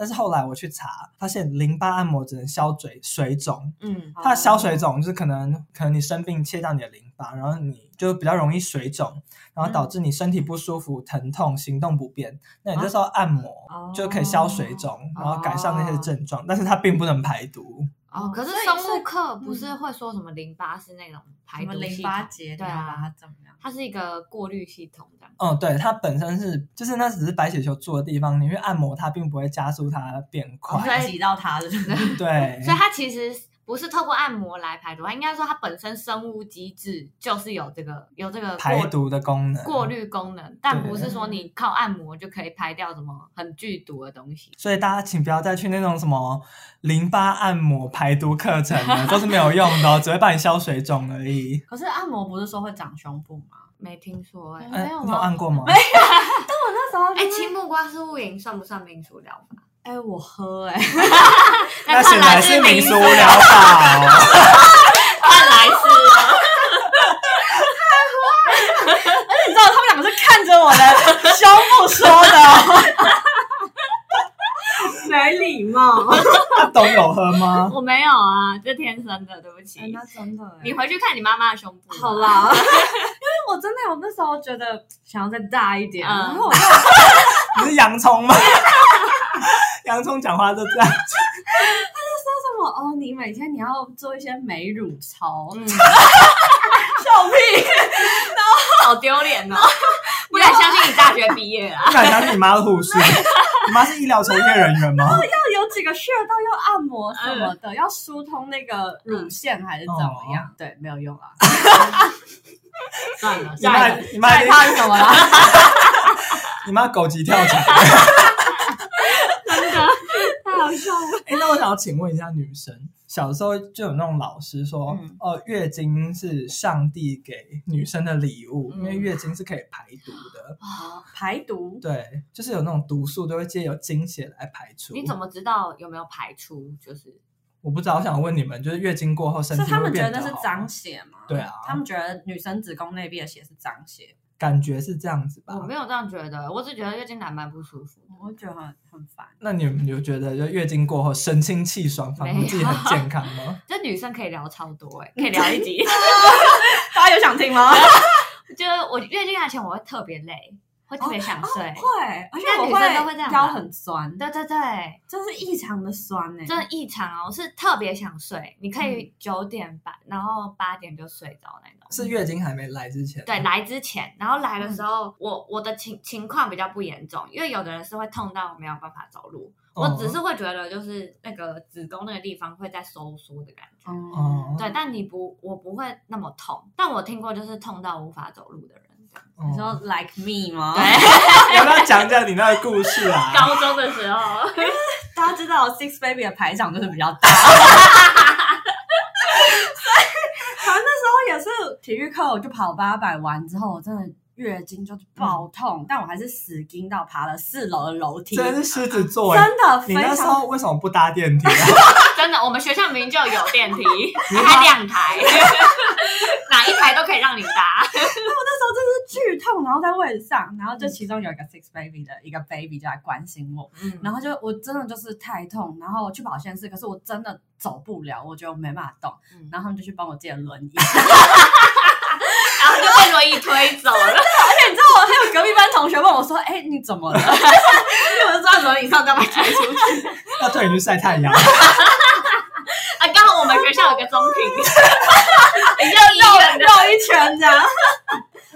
Speaker 2: 但是后来我去查，发现淋巴按摩只能消水水肿，
Speaker 1: 嗯
Speaker 2: 它的消水肿就是可能可能你生病切到你的淋巴，然后你就比较容易水肿，然后导致你身体不舒服、疼痛、行动不便。那你这时候按摩
Speaker 3: 哦
Speaker 2: 就可以消水肿，然后改善那些症状，但是它并不能排毒。
Speaker 1: 哦，可是
Speaker 3: 所以
Speaker 1: 生
Speaker 3: 所
Speaker 1: 物
Speaker 3: 以
Speaker 1: 课不是会说什么淋巴是那种排
Speaker 3: 什么
Speaker 1: 毒
Speaker 3: 淋
Speaker 1: 系
Speaker 3: 巴
Speaker 1: 统，
Speaker 3: 结，
Speaker 1: 对
Speaker 3: 你要
Speaker 1: 啊
Speaker 3: 把它怎么 样？
Speaker 1: 它是一个过滤系统这样。
Speaker 2: 嗯，对，它本身是就是那只是白血球住的地方，你去按摩它并不会加速它变
Speaker 1: 哦所
Speaker 2: 快。
Speaker 1: 以
Speaker 3: 挤到它是不是？
Speaker 2: 对，
Speaker 1: 所以它其实不是透过按摩来排毒，它应该说它本身生物机制就是有这个有这个过
Speaker 2: 排毒的功能。
Speaker 1: 过滤功能，但
Speaker 2: 对
Speaker 1: 不是说你靠按摩就可以排掉什么很剧毒的东西。
Speaker 2: 所以大家请不要再去那种什么淋巴按摩排毒课程 了，都是没有用的哦、只会帮你消水肿而已。
Speaker 3: 可是按摩不是说会长胸部吗？
Speaker 1: 没听说哎、
Speaker 3: 嗯
Speaker 2: 哎
Speaker 3: 没有吗
Speaker 2: 你有按过吗？
Speaker 3: 我那时候
Speaker 1: 哎、青木瓜是雾影算不算民俗疗法？
Speaker 3: 哎，我喝哎，
Speaker 2: 那
Speaker 1: 看
Speaker 2: 显
Speaker 1: 来
Speaker 2: 然是民
Speaker 1: 俗
Speaker 2: 俗，疗法哦。
Speaker 1: 看来是
Speaker 3: 你知道他们两个是看着我的 胸部说的，哦没礼 貌。
Speaker 2: 那懂有喝 吗？
Speaker 1: 我没有啊，这天生的，对不起。
Speaker 3: 那真的，
Speaker 1: 你回去看你妈妈的胸部。
Speaker 3: 好， 啦，因为我真的有那时候觉得想要再大一点，
Speaker 1: 嗯
Speaker 3: 然后我就
Speaker 2: 你是洋葱吗？ 洋葱讲话就这样，
Speaker 3: 说什么哦，你每天你要做一些美乳操，
Speaker 1: 嗯，
Speaker 3: 笑 屁！
Speaker 1: 好丢 脸哦！不敢相信你大学毕业啊 啦。
Speaker 2: 不敢相信你妈是护士，你妈是医疗从业人 员吗？
Speaker 3: 要有几个穴道，要按
Speaker 1: 嗯
Speaker 3: 摩什么的，要疏通那个乳腺还是怎么
Speaker 2: 哦
Speaker 3: 样？对，没有用啊。算了，
Speaker 2: 你妈
Speaker 3: 下一个，
Speaker 2: 你妈
Speaker 3: 下
Speaker 2: 已
Speaker 3: 一趴是
Speaker 2: 经
Speaker 3: 什么 啦？
Speaker 2: 你妈狗急跳 墙。
Speaker 3: 太好笑了。
Speaker 2: 哎、那我想要请问一下女生，小时候就有那种老师说，
Speaker 3: 嗯
Speaker 2: 哦，月经是上帝给女生的礼物，
Speaker 1: 嗯
Speaker 2: 因为月经是可以排毒的。
Speaker 3: 排毒，
Speaker 2: 对，就是有那种毒素都会借由经血来排出。
Speaker 1: 你怎么知道有没有排出？就是
Speaker 2: 我不知道，我想问你们，就是月经过后身
Speaker 3: 是
Speaker 2: 体
Speaker 3: 他
Speaker 2: 会
Speaker 3: 们觉
Speaker 2: 变
Speaker 3: 得
Speaker 2: 得
Speaker 3: 那是
Speaker 2: 好
Speaker 3: 脏血吗？
Speaker 2: 对啊
Speaker 3: 他们觉得女生子宫内壁的血是脏血，
Speaker 2: 感觉是这样子吧
Speaker 1: 我？没有这样觉得，我只觉得月经来蛮不舒服的。
Speaker 3: 我觉得很很烦。
Speaker 2: 那你们有觉得就月经过后神清气爽，仿佛自己很健康吗？
Speaker 1: 这女生可以聊超多 哎、欸，可以聊一集。
Speaker 3: 大家有想听吗？
Speaker 1: 就是我月经来前我会特别累，会特别想睡。
Speaker 3: 会，而且
Speaker 1: 该
Speaker 3: 我
Speaker 1: 女生都会这样吧
Speaker 3: 腰很酸，
Speaker 1: 对对对，
Speaker 3: 真是异常的酸欸呢、
Speaker 1: 真的异常哦，是特别想睡。你可以九点半，然后八点就睡着那种。
Speaker 2: 是月经还没来之前？
Speaker 1: 对，来之前，然后来的
Speaker 3: 嗯
Speaker 1: 时候，我我的情情况比较不严重，因为有的人是会痛到没有办法走路，我
Speaker 3: 嗯
Speaker 2: 哦
Speaker 1: 只是会觉得就是那个子宫那个地方会在收缩的感觉。
Speaker 3: 嗯
Speaker 2: 哦
Speaker 1: 对，但你不，我不会那么痛，但我听过就是痛到无法走路的人这样。
Speaker 2: 嗯
Speaker 3: 你说 like me 吗？
Speaker 1: 对，
Speaker 2: 要不要讲讲你那个故事 啊？
Speaker 1: 高中的时候，
Speaker 3: 大家知道 Six Baby 的排场就是比较大， 所以反正那时候也是体育课，我就跑八百完之后，我真的月经就是
Speaker 1: 嗯
Speaker 3: 爆痛，但我还是死盯到爬了四楼的楼梯，
Speaker 2: 真是狮子座欸，
Speaker 3: 啊真的非
Speaker 2: 你那时
Speaker 3: 常
Speaker 2: 候为什么不搭电梯啊？
Speaker 1: 真的，我们学校明明就有 电梯，
Speaker 2: 你
Speaker 1: 还两台，哪一台都可以让你搭。
Speaker 3: 那时候真是剧痛，然后在位置上，然后就其中有一个 Six Baby 的一个 baby 就来关心我，
Speaker 1: 嗯
Speaker 3: 然后就我真的就是太痛，然后去保健室，可是我真的走不了，我觉得我没办法动，
Speaker 1: 嗯
Speaker 3: 然后他们就去帮我借轮椅。
Speaker 1: 然后就被轮椅推走了。
Speaker 3: 你知道我还有隔壁班同学问我说：“哎、你怎么了？” 我就说轮椅上干嘛推出去？
Speaker 2: 要推你去晒太阳。
Speaker 1: 啊，刚好我们学校有个中 庭，你就医院的
Speaker 3: 绕一圈这样。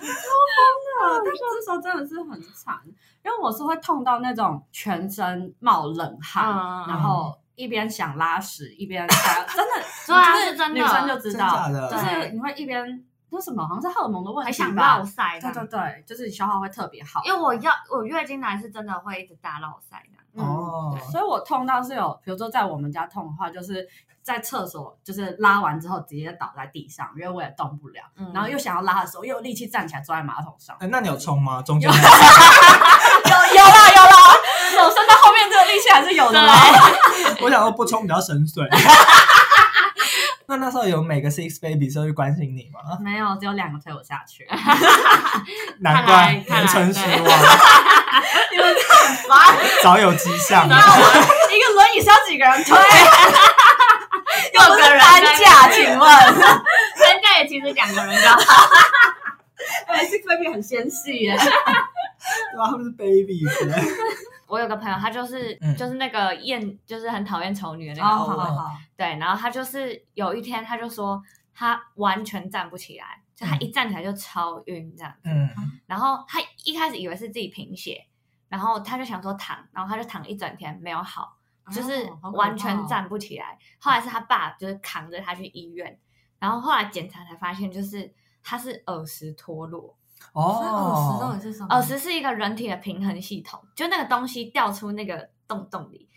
Speaker 3: 超疯的，但是那时候真的是很惨，因为我是会痛到那种全身冒冷汗，
Speaker 1: 嗯
Speaker 3: 然后一边想拉屎一边想，真的，
Speaker 1: 对啊
Speaker 3: 就是
Speaker 1: 是真的
Speaker 3: 女生就知道，
Speaker 2: 真假的
Speaker 3: 就是
Speaker 1: 对
Speaker 3: 你会一边那什么，好像是荷尔蒙的问
Speaker 1: 很
Speaker 3: 题
Speaker 1: 想
Speaker 3: 吧
Speaker 1: 落塞
Speaker 3: 对对
Speaker 1: 的。
Speaker 3: 对，就是你消化会特别好，
Speaker 1: 因为我要我月经来是真的会一直大落塞的。
Speaker 3: 嗯
Speaker 2: 哦，，
Speaker 3: 所以我痛到是有，比如说在我们家痛的话，就是在厕所，就是拉完之后直接倒在地上，因为我也动不了，
Speaker 1: 嗯
Speaker 3: 然后又想要拉的时候又有力气站起来坐在马桶上
Speaker 2: 哎那你有冲吗？中间
Speaker 3: 有有有啦有啦，手伸到后面这个力气还是有的啦。
Speaker 2: 我想说不冲比较深邃。 那那时候有每个 Six Baby 都去关心你吗？
Speaker 3: 没有，只有两个推我下 去，
Speaker 2: 难怪
Speaker 1: 看来
Speaker 2: 名存实
Speaker 1: 看来
Speaker 2: 亡，
Speaker 3: 你们干嘛？
Speaker 2: 早有迹象
Speaker 3: 那。我一个轮椅是要几个人推？ 又不是担架，请 问？
Speaker 1: 三架也其实两个人就好。
Speaker 3: 哎，这分别很纤细耶。
Speaker 2: 对啊，他们是 baby，
Speaker 1: 我有个朋友，他就是、
Speaker 2: 嗯
Speaker 1: 就是那个厌，就是很讨厌丑女的
Speaker 3: 哦，
Speaker 1: 那个
Speaker 3: 好
Speaker 1: 欧文。
Speaker 3: 好好，
Speaker 1: 对，然后他就是有一天，他就说他完全站不起来，就他一站起来就超晕这样。
Speaker 2: 嗯，
Speaker 1: 然后他一开始以为是自己贫血，然后他就想说躺，然后他就躺一整天没有好，就是
Speaker 3: 哦好可
Speaker 1: 完
Speaker 3: 怕
Speaker 1: 全
Speaker 3: 哦
Speaker 1: 站不起来。后来是他爸就是扛着他去医院，然后后来检查才发现就是。他是耳石脱落，
Speaker 3: 耳石到
Speaker 2: 哦
Speaker 3: 底，是什么？
Speaker 1: 耳石是一个人体的平衡系统，就那个东西掉出那个洞洞里，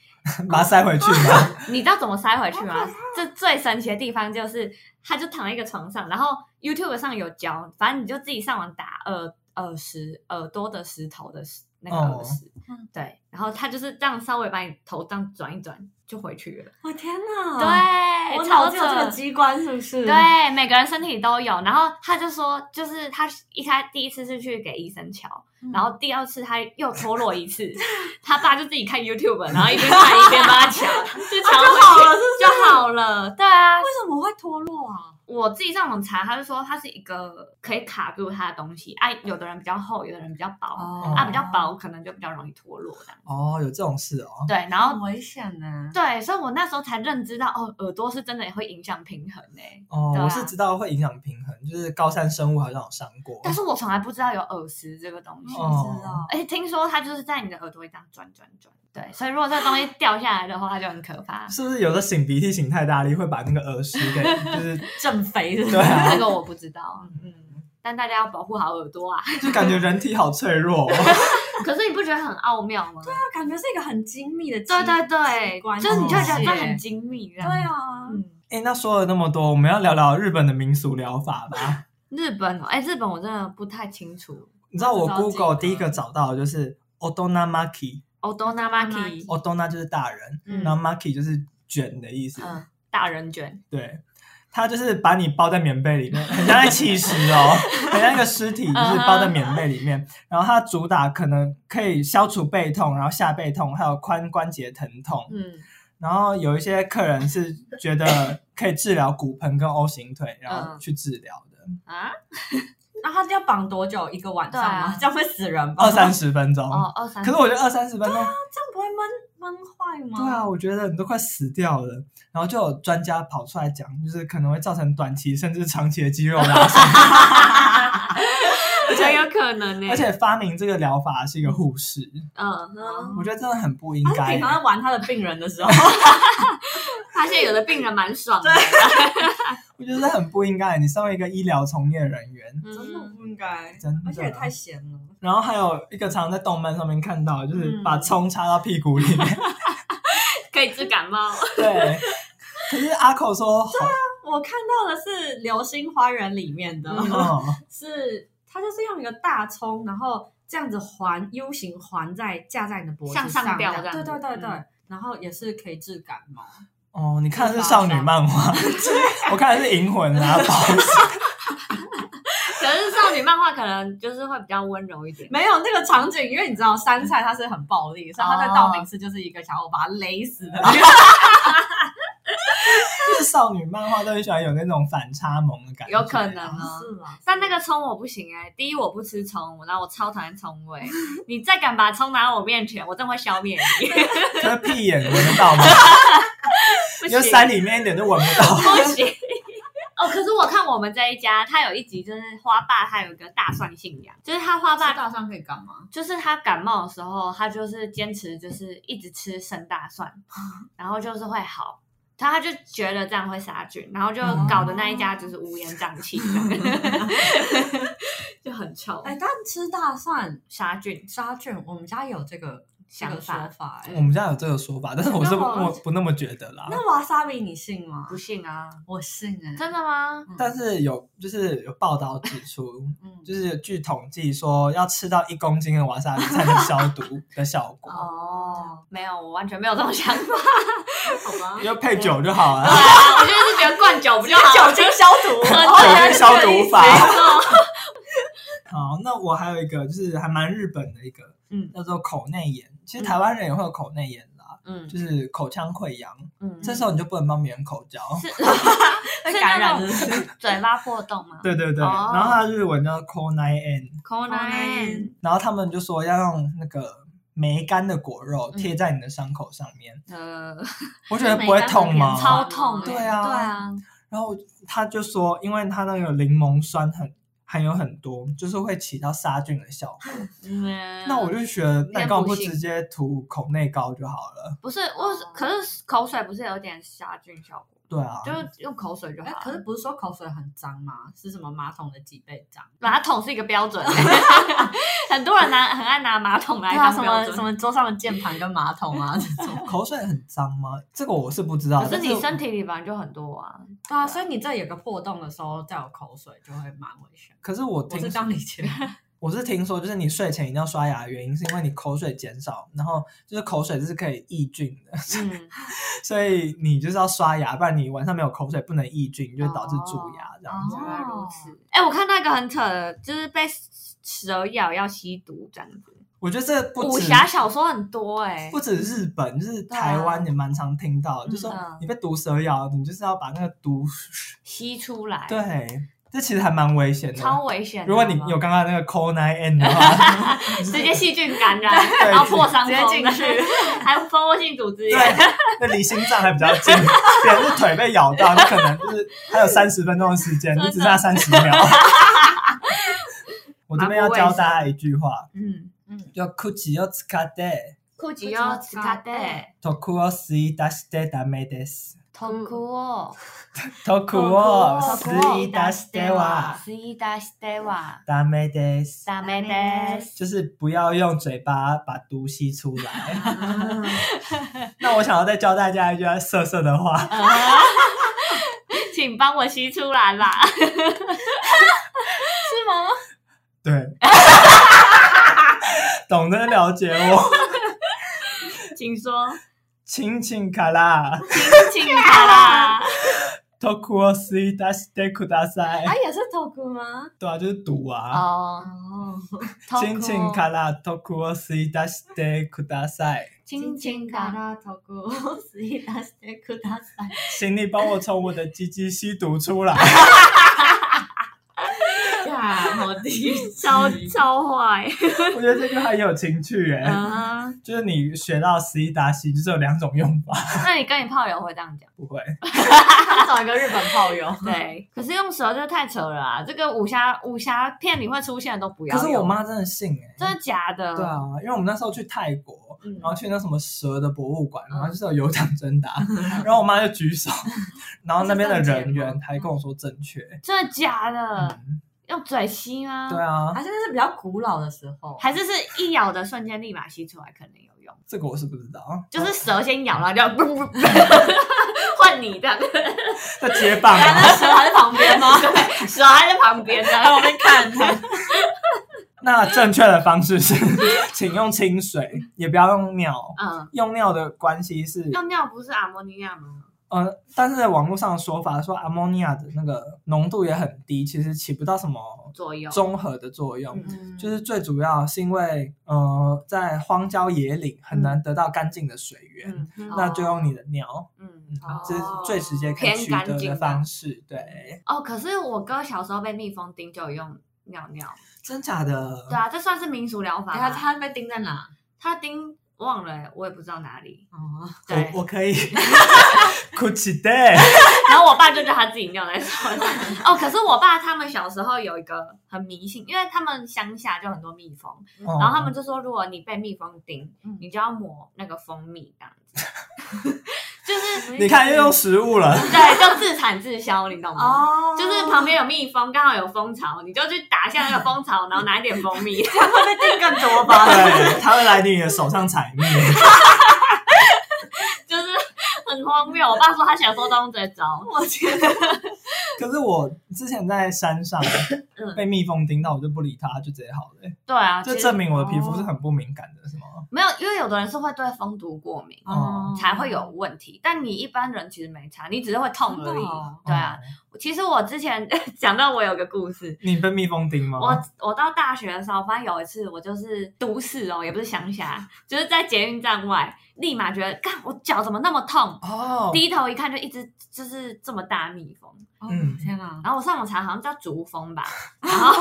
Speaker 2: 把它塞回去吧。
Speaker 1: 你知道怎么塞回去吗？这最神奇的地方就是，他就躺在一个床上，然后 YouTube 上有教，反正你就自己上网打耳耳石耳朵的石头的石那个耳石，
Speaker 3: 嗯
Speaker 1: 对，然后他就是这样稍微把你头这样转一转就回去了，
Speaker 3: 我天哪！
Speaker 1: 对，超
Speaker 3: 只
Speaker 1: 扯
Speaker 3: 有这个机关是不是？
Speaker 1: 对，每个人身体都有。然后他就说，就是他一开第一次是去给医生瞧，
Speaker 3: 嗯
Speaker 1: 然后第二次他又脱落一次， 他爸就自己看 YouTube，然后一边看一边帮他 瞧，就瞧
Speaker 3: 啊就
Speaker 1: 回
Speaker 3: 好
Speaker 1: 去
Speaker 3: 了是不是
Speaker 1: 就好了。对啊，
Speaker 3: 为什么会脱落啊？
Speaker 1: 我自己上网查，他就说它是一个可以卡住它的东西。啊，有的人比较厚，有的人比较薄。
Speaker 3: 哦
Speaker 1: 啊，比较薄，可能就比较容易脱落这样。
Speaker 2: 哦，有这种事哦。
Speaker 1: 对，然
Speaker 3: 很
Speaker 1: 后
Speaker 3: 危险呢。
Speaker 1: 对，所以我那时候才认知到，哦，耳朵是真的会影响平衡诶、
Speaker 2: 哦
Speaker 1: 对，啊
Speaker 2: 我是知道会影响平衡，就是高山生物好像有上过。
Speaker 1: 但是我从来不知道有耳石这个东西。
Speaker 2: 哦
Speaker 3: 不知道
Speaker 1: 而且听说它就是在你的耳朵里这样转转转，对，所以如果这个东西掉下来的话，它就很可 怕。
Speaker 2: 是不是有的擤鼻涕擤太大力，会把那个耳石给就是
Speaker 3: 正肥是不是
Speaker 2: 对啊
Speaker 1: 这个我不知道，嗯，但大家要保护好耳朵啊。
Speaker 2: 就感觉人体好脆弱、哦。
Speaker 1: 可是你不觉得很奥妙吗？
Speaker 3: 那 感觉是一个很精密的机，
Speaker 1: 对对
Speaker 3: 奇
Speaker 1: 对
Speaker 3: 怪，
Speaker 1: 就是你就会觉
Speaker 3: 哦
Speaker 1: 得这很精密，这
Speaker 3: 对
Speaker 1: 样，
Speaker 3: 啊，
Speaker 1: 嗯。
Speaker 2: 哎、那说了那么多，我们要聊聊日本的民俗疗法吧。
Speaker 1: 日本哦，哎，日本我真的不太清楚。
Speaker 2: 你知道我
Speaker 3: 我知道这个
Speaker 2: Google 第一个找到的就是 odonamaki，
Speaker 1: o d o n a m a k i
Speaker 2: odona 就是大人，
Speaker 1: 嗯
Speaker 2: 然后 maki 就是卷的意思。
Speaker 1: 嗯大人卷，
Speaker 2: 对，它就是把你包在棉被里面，很像在弃尸哦，很像一个尸体，就是包在棉被里面。然后它主打可能可以消除背痛，然后下背痛，还有髋关节疼痛。
Speaker 1: 嗯，
Speaker 2: 然后有一些客人是觉得可以治疗骨盆跟 O 型腿，然
Speaker 3: 嗯
Speaker 2: 后去治疗的，
Speaker 1: 啊，
Speaker 3: 那他要绑多久？一个晚上
Speaker 1: 对
Speaker 3: 吗
Speaker 1: 啊？
Speaker 3: 这样会死人吧？
Speaker 2: 二三十分钟。
Speaker 1: 哦，二三
Speaker 2: 可是我觉得二三十分钟，
Speaker 3: 这样不会闷闷坏吗？
Speaker 2: 对啊，，我觉得你都快死掉了。然后就有专家跑出来讲，就是可能会造成短期甚至长期的肌肉 拉伤。
Speaker 1: 很有可能呢、
Speaker 2: 而且发明这个疗法的是一个护士，
Speaker 1: 嗯，嗯，
Speaker 2: 我觉得真的很不应
Speaker 3: 他啊是
Speaker 2: 该
Speaker 3: 平常在
Speaker 2: 欸。
Speaker 3: 玩他的病人的时 候，
Speaker 1: 发现有的病人蛮爽的，
Speaker 2: 我觉得很不应该。你身为一个医疗从业人员，
Speaker 3: 真的
Speaker 1: 嗯，
Speaker 3: 不应该，
Speaker 2: 真的
Speaker 3: 而且也太闲了。
Speaker 2: 然后还有一个常常在动漫上面看到，就是
Speaker 3: 嗯
Speaker 2: 把葱插到屁股里面。
Speaker 1: 可以治感 冒，
Speaker 2: 对，可是阿口说，
Speaker 3: 我看到的是《流星花园》里面的，
Speaker 1: 嗯
Speaker 2: 哦，
Speaker 3: 是它就是用一个大葱，然后这样子环 U 型环在架在你的脖子
Speaker 1: 向上
Speaker 3: 上
Speaker 1: 吊
Speaker 3: 这样
Speaker 1: 这样
Speaker 3: 对
Speaker 1: 子
Speaker 3: 对对
Speaker 1: 嗯
Speaker 3: 对。然后也是可以治感冒，
Speaker 2: 哦，你看的是少女漫画， 我看的是银魂啊，宝
Speaker 1: 可是少女漫画可能就是会比较温柔一点，
Speaker 3: 没有那个场景，因为你知道杉菜他是很暴力，所以他在道明寺就是一个想要把他勒死的那个
Speaker 2: 就是少女漫画都很喜欢有那种反差萌的感觉，
Speaker 1: 有可能啊。
Speaker 3: 是 啦，
Speaker 1: 但那个葱我不行哎、第一我不吃葱，然后我超讨厌葱味。 你再敢把葱拿到我面前，我真的会消灭你。
Speaker 2: 可是屁眼闻得到吗？
Speaker 1: 不
Speaker 2: 就
Speaker 1: 行，
Speaker 2: 塞里面一点就闻不到。
Speaker 1: 不行。 哦，可是我看我们这一家，他有一集就是花爸，他有一个大蒜信仰，就是他花爸
Speaker 3: 吃大蒜可以干嘛？
Speaker 1: 就是他感冒的时候，他就是坚持就是一直吃生大蒜， 然后就是会好。他他就觉得这样会杀菌，然后就搞得那一家就是乌烟瘴气，哦 就很臭，
Speaker 3: 哎，但吃大蒜
Speaker 1: 杀菌
Speaker 3: 杀菌，我们家有这个这
Speaker 1: 想
Speaker 3: 个
Speaker 1: 法
Speaker 3: 说法哎
Speaker 2: 我。们家有这个说法，但是我是不
Speaker 1: 那我
Speaker 2: 我不那么觉得啦。
Speaker 3: 那瓦萨比你信吗
Speaker 1: 不？信啊？
Speaker 3: 我信哎，
Speaker 1: 真的吗？
Speaker 3: 嗯
Speaker 2: 但是有就是有报道指出，
Speaker 3: 嗯
Speaker 2: 就是据统计说，要吃到一公斤的瓦萨比才能消毒的效果，
Speaker 1: 哦，没有，我完全没有这种想法。
Speaker 3: 好吧，
Speaker 2: 就配酒就好
Speaker 1: 对
Speaker 2: 了。
Speaker 1: 啊， 我就是觉得灌酒不就好
Speaker 3: 消
Speaker 1: 了？
Speaker 3: 毒哦
Speaker 1: 哦
Speaker 2: 酒精哦消毒法
Speaker 1: 没错，
Speaker 2: 好，那我还有一个就是还蛮日本的一个，
Speaker 1: 嗯
Speaker 2: 叫做口内炎。其实台湾人也会有口内炎啦，
Speaker 1: 嗯
Speaker 2: 就是口腔溃疡，
Speaker 1: 嗯，
Speaker 2: 这时候你就不能帮别人口交。
Speaker 1: 是
Speaker 3: 会
Speaker 1: 是
Speaker 3: 感
Speaker 1: 那
Speaker 3: 染
Speaker 1: 种
Speaker 3: 是不是？
Speaker 1: 嘴巴破洞 吗？
Speaker 2: 对对对，
Speaker 1: 哦
Speaker 2: 然后它的日文叫 c o n i n
Speaker 1: 口难，
Speaker 2: 然后他们就说要用那个梅干的果肉
Speaker 1: 嗯
Speaker 2: 贴在你的伤口上面，
Speaker 1: 呃，
Speaker 2: 我觉得不会痛吗？
Speaker 1: 超痛欸，
Speaker 2: 对啊
Speaker 1: 对啊，
Speaker 2: 然后他就说，因为它那个柠檬酸很含有很多，就是会起到杀菌的效果。
Speaker 1: 嗯
Speaker 2: 那我就觉得，那你干嘛
Speaker 1: 应该不
Speaker 2: 不
Speaker 1: 信
Speaker 2: 直接涂口内膏就好了？
Speaker 1: 不是我，可是口水不是有点杀菌效果，
Speaker 2: 对啊，
Speaker 1: 就是用口水就好
Speaker 3: 哎，
Speaker 1: 了。
Speaker 3: 可是不是说口水很脏吗？是什么马桶的几倍脏？
Speaker 1: 马桶是一个标 准，很多人拿很爱拿马桶来
Speaker 3: 对啊，
Speaker 1: 当
Speaker 3: 什
Speaker 1: 标
Speaker 3: 么什
Speaker 1: 准。
Speaker 3: 么桌上的键盘跟马桶 啊这种。
Speaker 2: 口水很脏吗？这个我是不知道。
Speaker 1: 可是你
Speaker 2: 但
Speaker 1: 身体里本来就很多 啊，
Speaker 3: 对啊，所以你这有个破洞的时候，再有口水就会蛮危险。
Speaker 2: 可是我
Speaker 3: 我
Speaker 2: 听
Speaker 3: 是这样理解的。
Speaker 2: 我是听说，就是你睡前一定要刷牙的原因，是因为你口水减少，然后就是口水是可以抑菌的，
Speaker 1: 嗯，
Speaker 2: 所以你就是要刷牙，不然你晚上没有口水不能抑菌，就会导致蛀牙这样子。
Speaker 1: 原来如此。哎，我看到一个很扯的，就是被蛇咬要吸毒这样子，
Speaker 2: 我觉得这不
Speaker 1: 武
Speaker 2: 止
Speaker 1: 侠小说很多哎
Speaker 2: 不，止日本，就是
Speaker 1: 对啊
Speaker 2: 台湾也蛮常听到，
Speaker 3: 嗯
Speaker 2: 就说
Speaker 1: 嗯
Speaker 2: 你被毒蛇咬，你就是要把那个毒，
Speaker 1: 吸出来，，
Speaker 2: 对，这其实还蛮危险的。
Speaker 1: 哎超危险的。啊
Speaker 2: 如果你有刚刚那个 cold night end 的话，
Speaker 1: 直接细菌感染， 然后破伤风，
Speaker 3: 直接进去，
Speaker 1: 还有蜂窝性组织
Speaker 2: 对
Speaker 1: 炎。，
Speaker 2: 那离心脏还比较近， 别人是腿被咬到，你可能就是还有三十分钟的时间，
Speaker 1: 真
Speaker 2: 你
Speaker 1: 的
Speaker 2: 只剩下三 十秒。我这边要教大家一句话，
Speaker 1: 嗯，
Speaker 3: 嗯，
Speaker 2: 叫 “kuchi o tsukade
Speaker 1: 酷极哦，吃咖啡，
Speaker 2: toku o si dashite dame des
Speaker 1: 痛苦哦，
Speaker 2: toku o si dashite wa
Speaker 1: 十一大西德哇，
Speaker 2: dame des”，
Speaker 1: ダメです。
Speaker 2: 就是不要用嘴巴把毒吸 出来。那我想要再教大家一句色色的话，
Speaker 1: 啊 请帮我吸出来啦！
Speaker 3: 是吗？
Speaker 2: 对，懂得了解我。
Speaker 1: 请说，
Speaker 2: 亲亲卡拉，
Speaker 1: 亲亲他啦。
Speaker 2: 托库奥斯伊达斯德库大赛，
Speaker 4: 也是头骨吗？
Speaker 2: 对啊，就是赌啊。
Speaker 1: 哎哦，
Speaker 4: 哦，
Speaker 2: 亲亲卡拉，托库奥斯伊达斯德库大赛，
Speaker 1: 亲亲卡拉，
Speaker 4: 拉头骨，死一打死一哭打死。
Speaker 2: 请你帮我从我的鸡鸡吸毒 出来。
Speaker 4: 干，好 低。
Speaker 1: 超
Speaker 2: 嗯
Speaker 1: 超坏。
Speaker 2: 我觉得这句话也有情趣哎、
Speaker 1: 啊，
Speaker 2: 就是你学到斯伊达西，就是有两种用法，
Speaker 1: 那你跟你炮友会这样讲？
Speaker 2: 不会。
Speaker 4: 他找一个日本炮 友。
Speaker 1: 对，可是用舌这太扯了啊！这个武侠武侠片里会出现的都不要
Speaker 2: 可
Speaker 1: 用。
Speaker 2: 是我妈真的信哎、
Speaker 1: 真的假的？
Speaker 2: 对啊，因为我们那时候去泰国，
Speaker 1: 嗯
Speaker 2: 然后去那什么蛇的博物馆，然后就是有有奖征答，然后我妈就举手，然后那边的人员还跟我说正确。
Speaker 1: 真的假的？
Speaker 2: 嗯，
Speaker 1: 用嘴吸吗？
Speaker 2: 对，啊，
Speaker 4: 还是那是比较古老的时候，
Speaker 1: 还是是一咬的瞬间立马吸出来，可能有用。
Speaker 2: 这个我是不知道。
Speaker 1: 就是蛇先咬了，然后就 换你这样，
Speaker 2: 在接棒
Speaker 4: 那
Speaker 2: 啊。
Speaker 4: 蛇还在旁边 吗？
Speaker 1: 对，蛇还在旁边呢，我们 看它。
Speaker 2: 那正确的方式是，请用清水，也不要用尿。
Speaker 1: 嗯，
Speaker 2: 用尿的关系是，
Speaker 1: 用尿不是阿莫尼亚吗？
Speaker 2: 呃，但是网络上的说法说，阿莫尼亚的那个浓度也很低，其实起不到什么
Speaker 1: 左右。
Speaker 2: 综合的作用。
Speaker 1: 嗯
Speaker 2: 就是最主要是因为，呃，在荒郊野岭很难得到干净的水源，
Speaker 1: 嗯哼，
Speaker 2: 那就用你的尿，
Speaker 1: 嗯
Speaker 2: 嗯，
Speaker 1: 哦
Speaker 2: 这是最直接可以取
Speaker 1: 偏干
Speaker 2: 得
Speaker 1: 净
Speaker 2: 的
Speaker 1: 的
Speaker 2: 方式。对，
Speaker 1: 哦，可是我哥小时候被蜜蜂叮就有用尿尿，
Speaker 2: 真假的？
Speaker 1: 对啊，这算是民俗疗法
Speaker 4: 等一下
Speaker 3: 啊
Speaker 1: 吧。啊他
Speaker 4: 他被钉在哪？
Speaker 1: 他叮忘了欸，我也不知道哪 里。
Speaker 4: 哦，
Speaker 1: 对，
Speaker 2: 我我可以 哭泣的。
Speaker 1: 然后我爸就叫他自己尿在手 上。哦，可是我爸他们小时候有一个很迷信，因为他们乡下就很多蜜蜂，
Speaker 2: 然
Speaker 1: 然后他们就说，如果你被蜜蜂叮
Speaker 4: 嗯，
Speaker 1: 你就要抹那个蜂蜜这样子， 就是
Speaker 2: 哦你看又用食物了，
Speaker 1: 对，就自产自销，你懂吗？
Speaker 4: 哦
Speaker 1: 就是旁边有蜜蜂，刚好有蜂巢，你就去打下那个蜂巢，然后拿一点蜂 蜜。
Speaker 4: 他会被钉更多吧？
Speaker 2: 对，他会来你的手上采蜜。
Speaker 1: 就是很荒谬。我爸说他小时候都用这招，
Speaker 4: 我觉得
Speaker 2: 可是我之前在山上
Speaker 1: 嗯
Speaker 2: 被蜜蜂叮到，我就不理它，就直接好了、欸
Speaker 1: 对啊，
Speaker 2: 就
Speaker 1: 其实
Speaker 2: 证明我的皮肤是很不敏感的，是吗？
Speaker 1: 没有，因为有的人是会对蜂毒过敏。
Speaker 2: 哦
Speaker 1: 才会有问题，但你一般人其实没差，你只是会痛而
Speaker 4: 真
Speaker 1: 已。
Speaker 4: 的哦
Speaker 1: 对啊，其实我之前 讲到我有个故事，
Speaker 2: 你被蜜蜂叮吗？
Speaker 1: 我我到大学的时候，反正有一次我就是都市哦，也不是乡下，就是在捷运站外，立马觉得，干我脚怎么那么痛？
Speaker 2: 哦，
Speaker 1: 低头一看，就一只就是这么大蜜蜂，
Speaker 3: 哦
Speaker 2: 嗯
Speaker 4: 天啊！
Speaker 1: 然后我上网查好像叫竹蜂吧，然后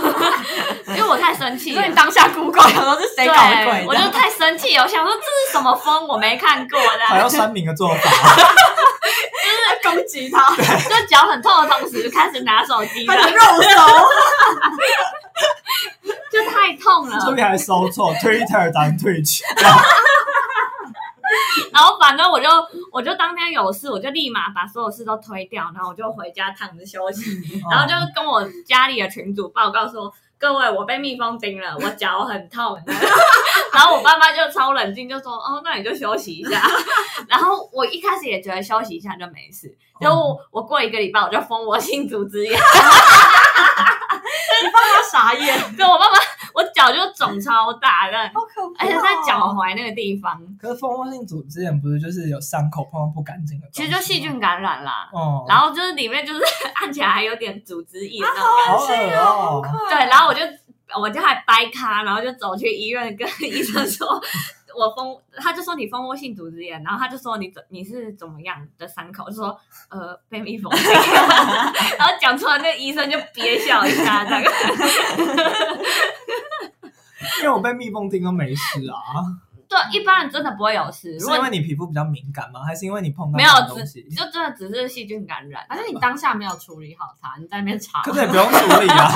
Speaker 1: 因为我太生气
Speaker 4: 你
Speaker 1: 了
Speaker 4: 说，你当下 Google 想说是谁搞
Speaker 1: 对，
Speaker 4: 的鬼？
Speaker 1: 我就太生气了，我想说这是什么风，我没看过
Speaker 2: 还要
Speaker 1: 的，
Speaker 2: 酸民的做法，
Speaker 4: 攻击他，
Speaker 1: 就脚很痛的同时开始拿手机了
Speaker 4: 他，的肉手，
Speaker 1: 就太痛了。
Speaker 2: 这边还搜错 Twitter 当 Twitch，
Speaker 1: 然后反正我就我就当天有事，我就立马把所有事都推掉，然后我就回家躺着休息，
Speaker 4: 哦
Speaker 1: 然后就跟我家里的群主报告说。各位，我被蜜蜂叮了，我脚很痛。 然后我爸妈就超冷静，就说：“哦，那你就休息一下。” 然后我一开始也觉得休息一下就没事，结果
Speaker 4: 哦
Speaker 2: 哦
Speaker 1: 我我过一个礼拜我就封我信主之夜，
Speaker 4: 他傻眼，
Speaker 1: 对我爸妈我脚就
Speaker 2: 嗯
Speaker 1: 肿超大的，
Speaker 4: 好可怕！哦
Speaker 1: 而且是在脚，踝那个地方，
Speaker 2: 可是蜂窝性组织炎不是就是有伤口碰到不干净的，
Speaker 1: 其实就细，菌感染啦。
Speaker 2: 哦，
Speaker 1: 然后就是里面就是 按起来还有点组织液那种
Speaker 2: 啊好
Speaker 1: 感
Speaker 2: 恶哦，
Speaker 1: 觉，对，然后我就我就还掰开，然后就走去医院跟 医生说。我蜂，他就说你蜂窝性组织炎，然后他就说你怎你是怎么样的伤口，我就说呃被蜜蜂叮， 然后讲出来那个医生就憋笑一下，大概
Speaker 2: 因为我被蜜蜂叮都没事 啊，
Speaker 1: 对一般人真的不会有事，如
Speaker 2: 是
Speaker 1: 果
Speaker 2: 因为你皮肤比较敏感吗？还是因为你碰到
Speaker 1: 没有
Speaker 2: 什么东西
Speaker 1: 只？就真的只是细菌感染，
Speaker 4: 反正你当下没有处理好它，你在那边查，
Speaker 2: 可是也不用处理 啊，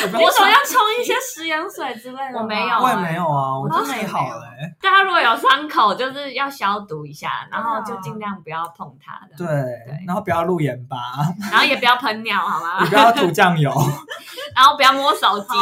Speaker 2: 也不用
Speaker 4: 我总要冲一些食盐水之类的吧。
Speaker 1: 我没有
Speaker 2: 我也没有啊，我真
Speaker 4: 我也没
Speaker 2: 的
Speaker 4: 有
Speaker 2: 好了欸，
Speaker 1: 大家如果有伤口，就是要消毒一下，然后就尽量不要碰它的，
Speaker 2: 对，然后不要露眼巴，
Speaker 1: 然后也不要喷尿，好
Speaker 2: 你
Speaker 1: 吗？
Speaker 2: 不要涂酱油，
Speaker 1: 然后不要摸手机，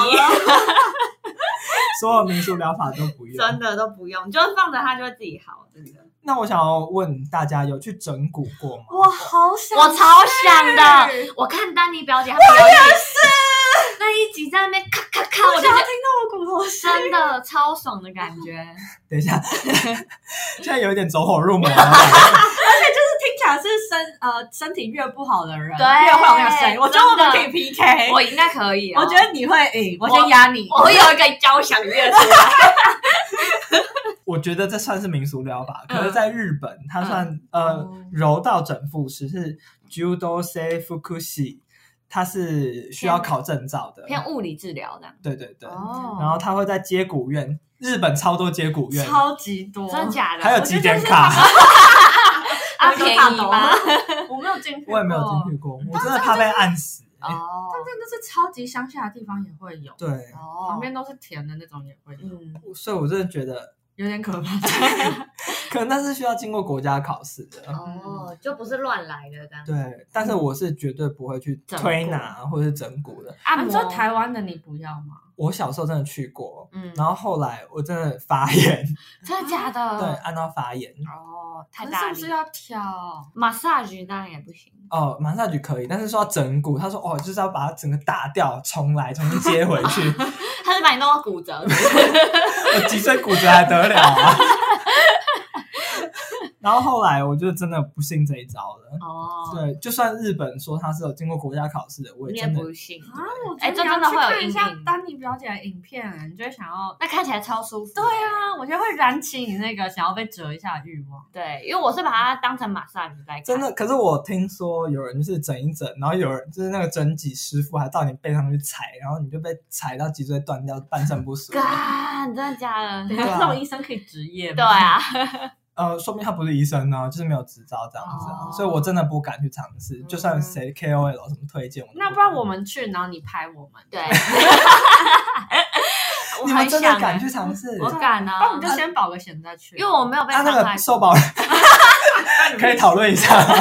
Speaker 2: 所有民俗疗法都不用。
Speaker 1: 真的都不用，就是放着它就会自己好，真的。
Speaker 2: 那我想要问大家，有去整蛊过
Speaker 1: 哦
Speaker 2: 吗？
Speaker 4: 我好想，
Speaker 1: 我超想的，我看丹妮表姐她们有一集那一集在那边咔咔咔，
Speaker 4: 我
Speaker 1: 我就
Speaker 4: 想
Speaker 1: 觉
Speaker 4: 要
Speaker 1: 得
Speaker 4: 听到我骨头
Speaker 3: 火星，
Speaker 1: 真的超爽的感 觉。
Speaker 2: 等一下，现在有一点走火入魔了。
Speaker 3: 听起来是身呃身体越不好的人，
Speaker 1: 对
Speaker 3: 越会有那个声音。我觉得我们可
Speaker 1: 真的
Speaker 3: 以 PK，
Speaker 1: 我应该可以、哦，
Speaker 3: 我觉得你会赢，我先压你。
Speaker 1: 我会有一个交响乐出 来。
Speaker 2: 我觉得这算是民俗疗法，
Speaker 1: 嗯
Speaker 2: 可是在日本，它算呃
Speaker 3: 哦
Speaker 2: 柔道整复师是 Judo Se Fukushi，它是需要考证照的。
Speaker 1: 偏物理治疗这样。
Speaker 2: 对对对，
Speaker 1: 哦
Speaker 2: 然后它会在接骨院，日本超多接骨院，
Speaker 3: 超级多，
Speaker 1: 真假的？
Speaker 2: 还有
Speaker 1: 我觉
Speaker 2: 几
Speaker 1: 得
Speaker 2: 点卡，
Speaker 1: 啊
Speaker 3: 我就
Speaker 1: 便
Speaker 3: 大
Speaker 1: 宜
Speaker 3: 抖
Speaker 1: 吗？
Speaker 3: 我没有进去，
Speaker 2: 我也没有进。去过，我真的怕被按死。
Speaker 1: 哦
Speaker 4: 真的是超级乡下的地方也会有，
Speaker 2: 对，
Speaker 1: 哦，
Speaker 4: 旁边都是田的那种也会有，
Speaker 1: 嗯，
Speaker 2: 所以我真的觉得，
Speaker 4: 有点可怕。
Speaker 2: 可能那是需要经过国家考试的。
Speaker 1: 哦，就不是乱来的这样。
Speaker 2: 对，但是我是绝对不会去
Speaker 1: 嗯整
Speaker 2: 推
Speaker 1: 骨
Speaker 2: 拿或是整骨的。
Speaker 1: 按
Speaker 4: 啊你
Speaker 1: 摩、
Speaker 4: 说台湾的你不要吗？
Speaker 2: 我小时候真的去过，
Speaker 4: 嗯
Speaker 2: 然后后来我真的发
Speaker 1: 嗯
Speaker 2: 炎，
Speaker 1: 真的假
Speaker 2: 对，
Speaker 1: 的？
Speaker 2: 按到发炎。
Speaker 1: 哦，太
Speaker 4: 可
Speaker 1: 大
Speaker 4: 是
Speaker 1: 力。
Speaker 4: 不是要挑？啊
Speaker 1: massage 当然也不行。
Speaker 2: 哦，马萨局可以，但是说要整骨，他说哦，就是要把它整个打掉，重来，重新接回 去。
Speaker 1: 他是把你弄到骨折，
Speaker 2: 我脊椎骨折还得了啊？ 然后后来我就真的不信这一招了。
Speaker 1: 哦，
Speaker 2: 对，就算日本说他是有经过国家考试的，我
Speaker 1: 你
Speaker 2: 也
Speaker 1: 也
Speaker 2: 真的
Speaker 1: 不信。
Speaker 4: 啊，我
Speaker 1: 哎
Speaker 4: 觉得你
Speaker 1: 这真
Speaker 4: 要
Speaker 1: 的
Speaker 4: 去
Speaker 1: 会有
Speaker 4: 看一
Speaker 1: 阴
Speaker 4: 下
Speaker 1: 影
Speaker 4: 丹尼表姐的影片，啊你就会想要。
Speaker 1: 那看起来超舒服。
Speaker 4: 对啊，我觉得会燃起你那个想要被折一下的欲望。
Speaker 1: 对，因为我是把它当成 massage 在看。
Speaker 2: 真的。可是我听说有人就是整一整，然后有人就是那个整脊师傅还到你背上去踩，然后你就被踩到脊椎断掉，半身不遂。
Speaker 1: 干，真的假 的？
Speaker 2: 啊
Speaker 4: 这种医生可以职业吗？
Speaker 1: 对啊，
Speaker 2: 呃，说明他不是医生呢，就是没有执照这样子
Speaker 1: 哦
Speaker 2: 啊、
Speaker 1: 嗯
Speaker 2: 所以我真的不敢去尝试。就算谁 KOL 什么推荐我，
Speaker 4: 那不然我们去，然后你拍我们。
Speaker 1: 对。我
Speaker 2: 你们
Speaker 1: 很
Speaker 2: 真
Speaker 1: 想
Speaker 2: 的
Speaker 1: 欸
Speaker 2: 敢去尝试？
Speaker 1: 我敢
Speaker 4: 那我
Speaker 1: 啊
Speaker 4: 们，就先保个险再去。
Speaker 1: 因为我没有被
Speaker 2: 啊，
Speaker 1: 伤
Speaker 2: 那
Speaker 1: 害
Speaker 2: 个受保人可以讨论一下吗。
Speaker 1: 过，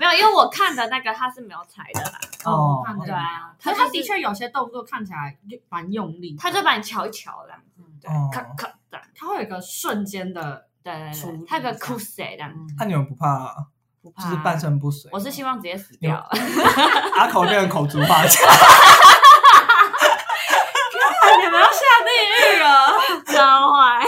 Speaker 1: 没有，因为我看的那个他是没有踩的啦。
Speaker 2: 哦
Speaker 4: 哦，看
Speaker 1: 对
Speaker 4: 得来。
Speaker 2: 嗯
Speaker 1: 啊，
Speaker 4: 可是
Speaker 1: 他就
Speaker 4: 他
Speaker 1: 是
Speaker 4: 的确有些动作看起来就蛮用力的，嗯
Speaker 1: 他就把你瞧一瞧这样子，对
Speaker 2: 哦，
Speaker 1: 咔咔这样，
Speaker 4: 他会有一个瞬间的，
Speaker 1: 对
Speaker 4: 处
Speaker 1: 对
Speaker 4: 理
Speaker 1: 对，他有个
Speaker 4: 一下
Speaker 1: c u s 这样，
Speaker 2: 那、你们不怕
Speaker 1: 不怕
Speaker 2: 就是半身不遂？
Speaker 1: 我是希望直接死
Speaker 2: 有
Speaker 1: 掉，
Speaker 2: 阿口变成口足 法家，
Speaker 4: 你们要下地狱了。
Speaker 1: 超坏。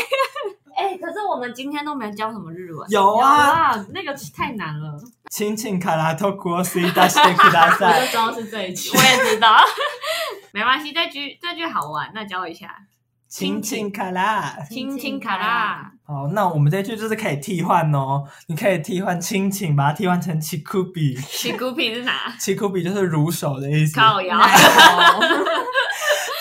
Speaker 1: 哎，可是我们今天都没有教什么日文，
Speaker 2: 有啊，
Speaker 4: 哇，那个太难了，
Speaker 2: 亲亲卡拉托国西达西克大
Speaker 4: 我就
Speaker 2: 赛。
Speaker 4: 知道是这一句
Speaker 1: 我。也知道，没关系，这句这句好玩，那教我一下，
Speaker 2: 亲亲卡拉，
Speaker 1: 亲亲
Speaker 4: 亲
Speaker 1: 卡
Speaker 4: 卡
Speaker 1: 拉
Speaker 4: 拉，
Speaker 2: 好，那我们这一句就是可以替换哦，你可以替换亲亲，把它替换成奇酷比，
Speaker 1: 喜古皮是哪？
Speaker 2: 奇酷比就是乳手的意思。
Speaker 1: 靠腰，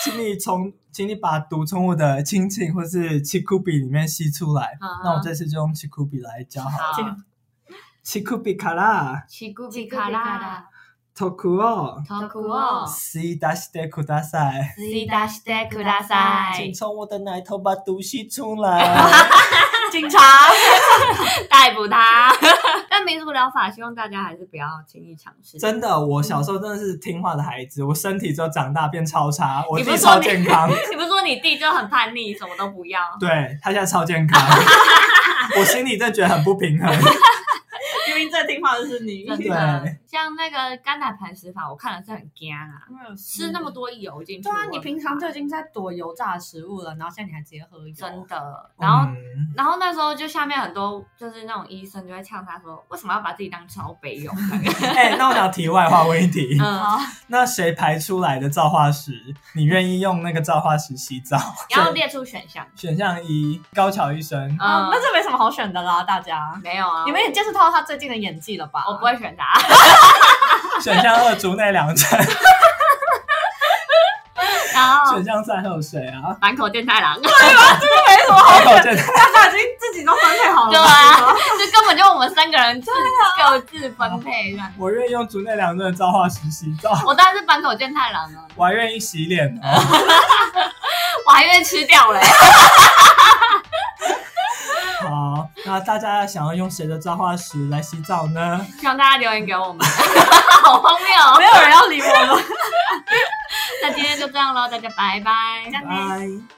Speaker 2: 请你从，请你把毒从我的亲亲或是奇酷比里面吸出来。
Speaker 1: 啊
Speaker 2: 那我这次就用奇酷比来教好了。
Speaker 1: 好，
Speaker 2: 奇酷比卡拉，
Speaker 1: 喜古皮
Speaker 4: 比
Speaker 1: 卡
Speaker 4: 卡
Speaker 1: 拉
Speaker 4: 拉。
Speaker 2: 托库哦，
Speaker 1: トクを
Speaker 2: 西达西德库大赛，
Speaker 1: 吸出してくださ
Speaker 2: 请
Speaker 1: い。
Speaker 2: 从我的奶头把毒吸出来。
Speaker 1: 警察逮捕他。 但民俗疗法，希望大家还是不要轻易尝试。
Speaker 2: 真的，我小时候真的是听话的孩子，我身体只有长大变超差，我
Speaker 1: 你
Speaker 2: 自
Speaker 1: 不
Speaker 2: 己
Speaker 1: 是说
Speaker 2: 超
Speaker 1: 你
Speaker 2: 健康。
Speaker 1: 你不是说你弟就很叛逆，什么都不要？
Speaker 2: 对他现在超健 康，我心里真的觉得很不平衡。
Speaker 4: 明明最听话的是你，
Speaker 1: 真的
Speaker 2: 对，
Speaker 1: 像那个甘奶盘石法，我看了是很惊啊，吃那么多油进去。
Speaker 4: 对啊，
Speaker 1: 我
Speaker 4: 你平常就已经在躲油炸的食物了，然后现在你还直接喝油，
Speaker 1: 真的， 然后。
Speaker 2: 嗯
Speaker 1: 然后那时候就下面很多就是那种医生就会呛他说，为什么要把自己当超杯 用？
Speaker 2: 哎、那我想题外话问一题，
Speaker 1: 嗯，
Speaker 2: 那谁排出来的造化石，你愿意用那个造化石洗澡？
Speaker 1: 然后列出选项，
Speaker 2: 选项一，高桥医生。
Speaker 1: 嗯
Speaker 4: 啊，那这没什么好选的啦，大家，
Speaker 1: 没有啊，
Speaker 4: 你们也见识到他最近的演技了吧？
Speaker 1: 我 不会选他。
Speaker 2: 选项二，竹内良 辰。
Speaker 1: 然后
Speaker 2: 选项三还有谁 啊？
Speaker 1: 坂口健太 郎。
Speaker 4: 啊
Speaker 2: 好口健太
Speaker 4: 大家已经自己都分配好了，
Speaker 1: 对啊，这根本 就我们三个人自各自分配这样。
Speaker 2: 我愿意用竹内良辰的造化石洗澡，
Speaker 1: 我当然是坂口健太郎啊，
Speaker 2: 我还愿意洗脸哦。
Speaker 1: 我还愿意吃掉嘞。
Speaker 2: 好，那大家想要用谁的造化石来洗澡呢？
Speaker 1: 希望大家留言给我们， 好荒谬哦
Speaker 4: 没。有人要理我们。
Speaker 1: 那今天就这样喽，大家拜拜。
Speaker 2: 拜。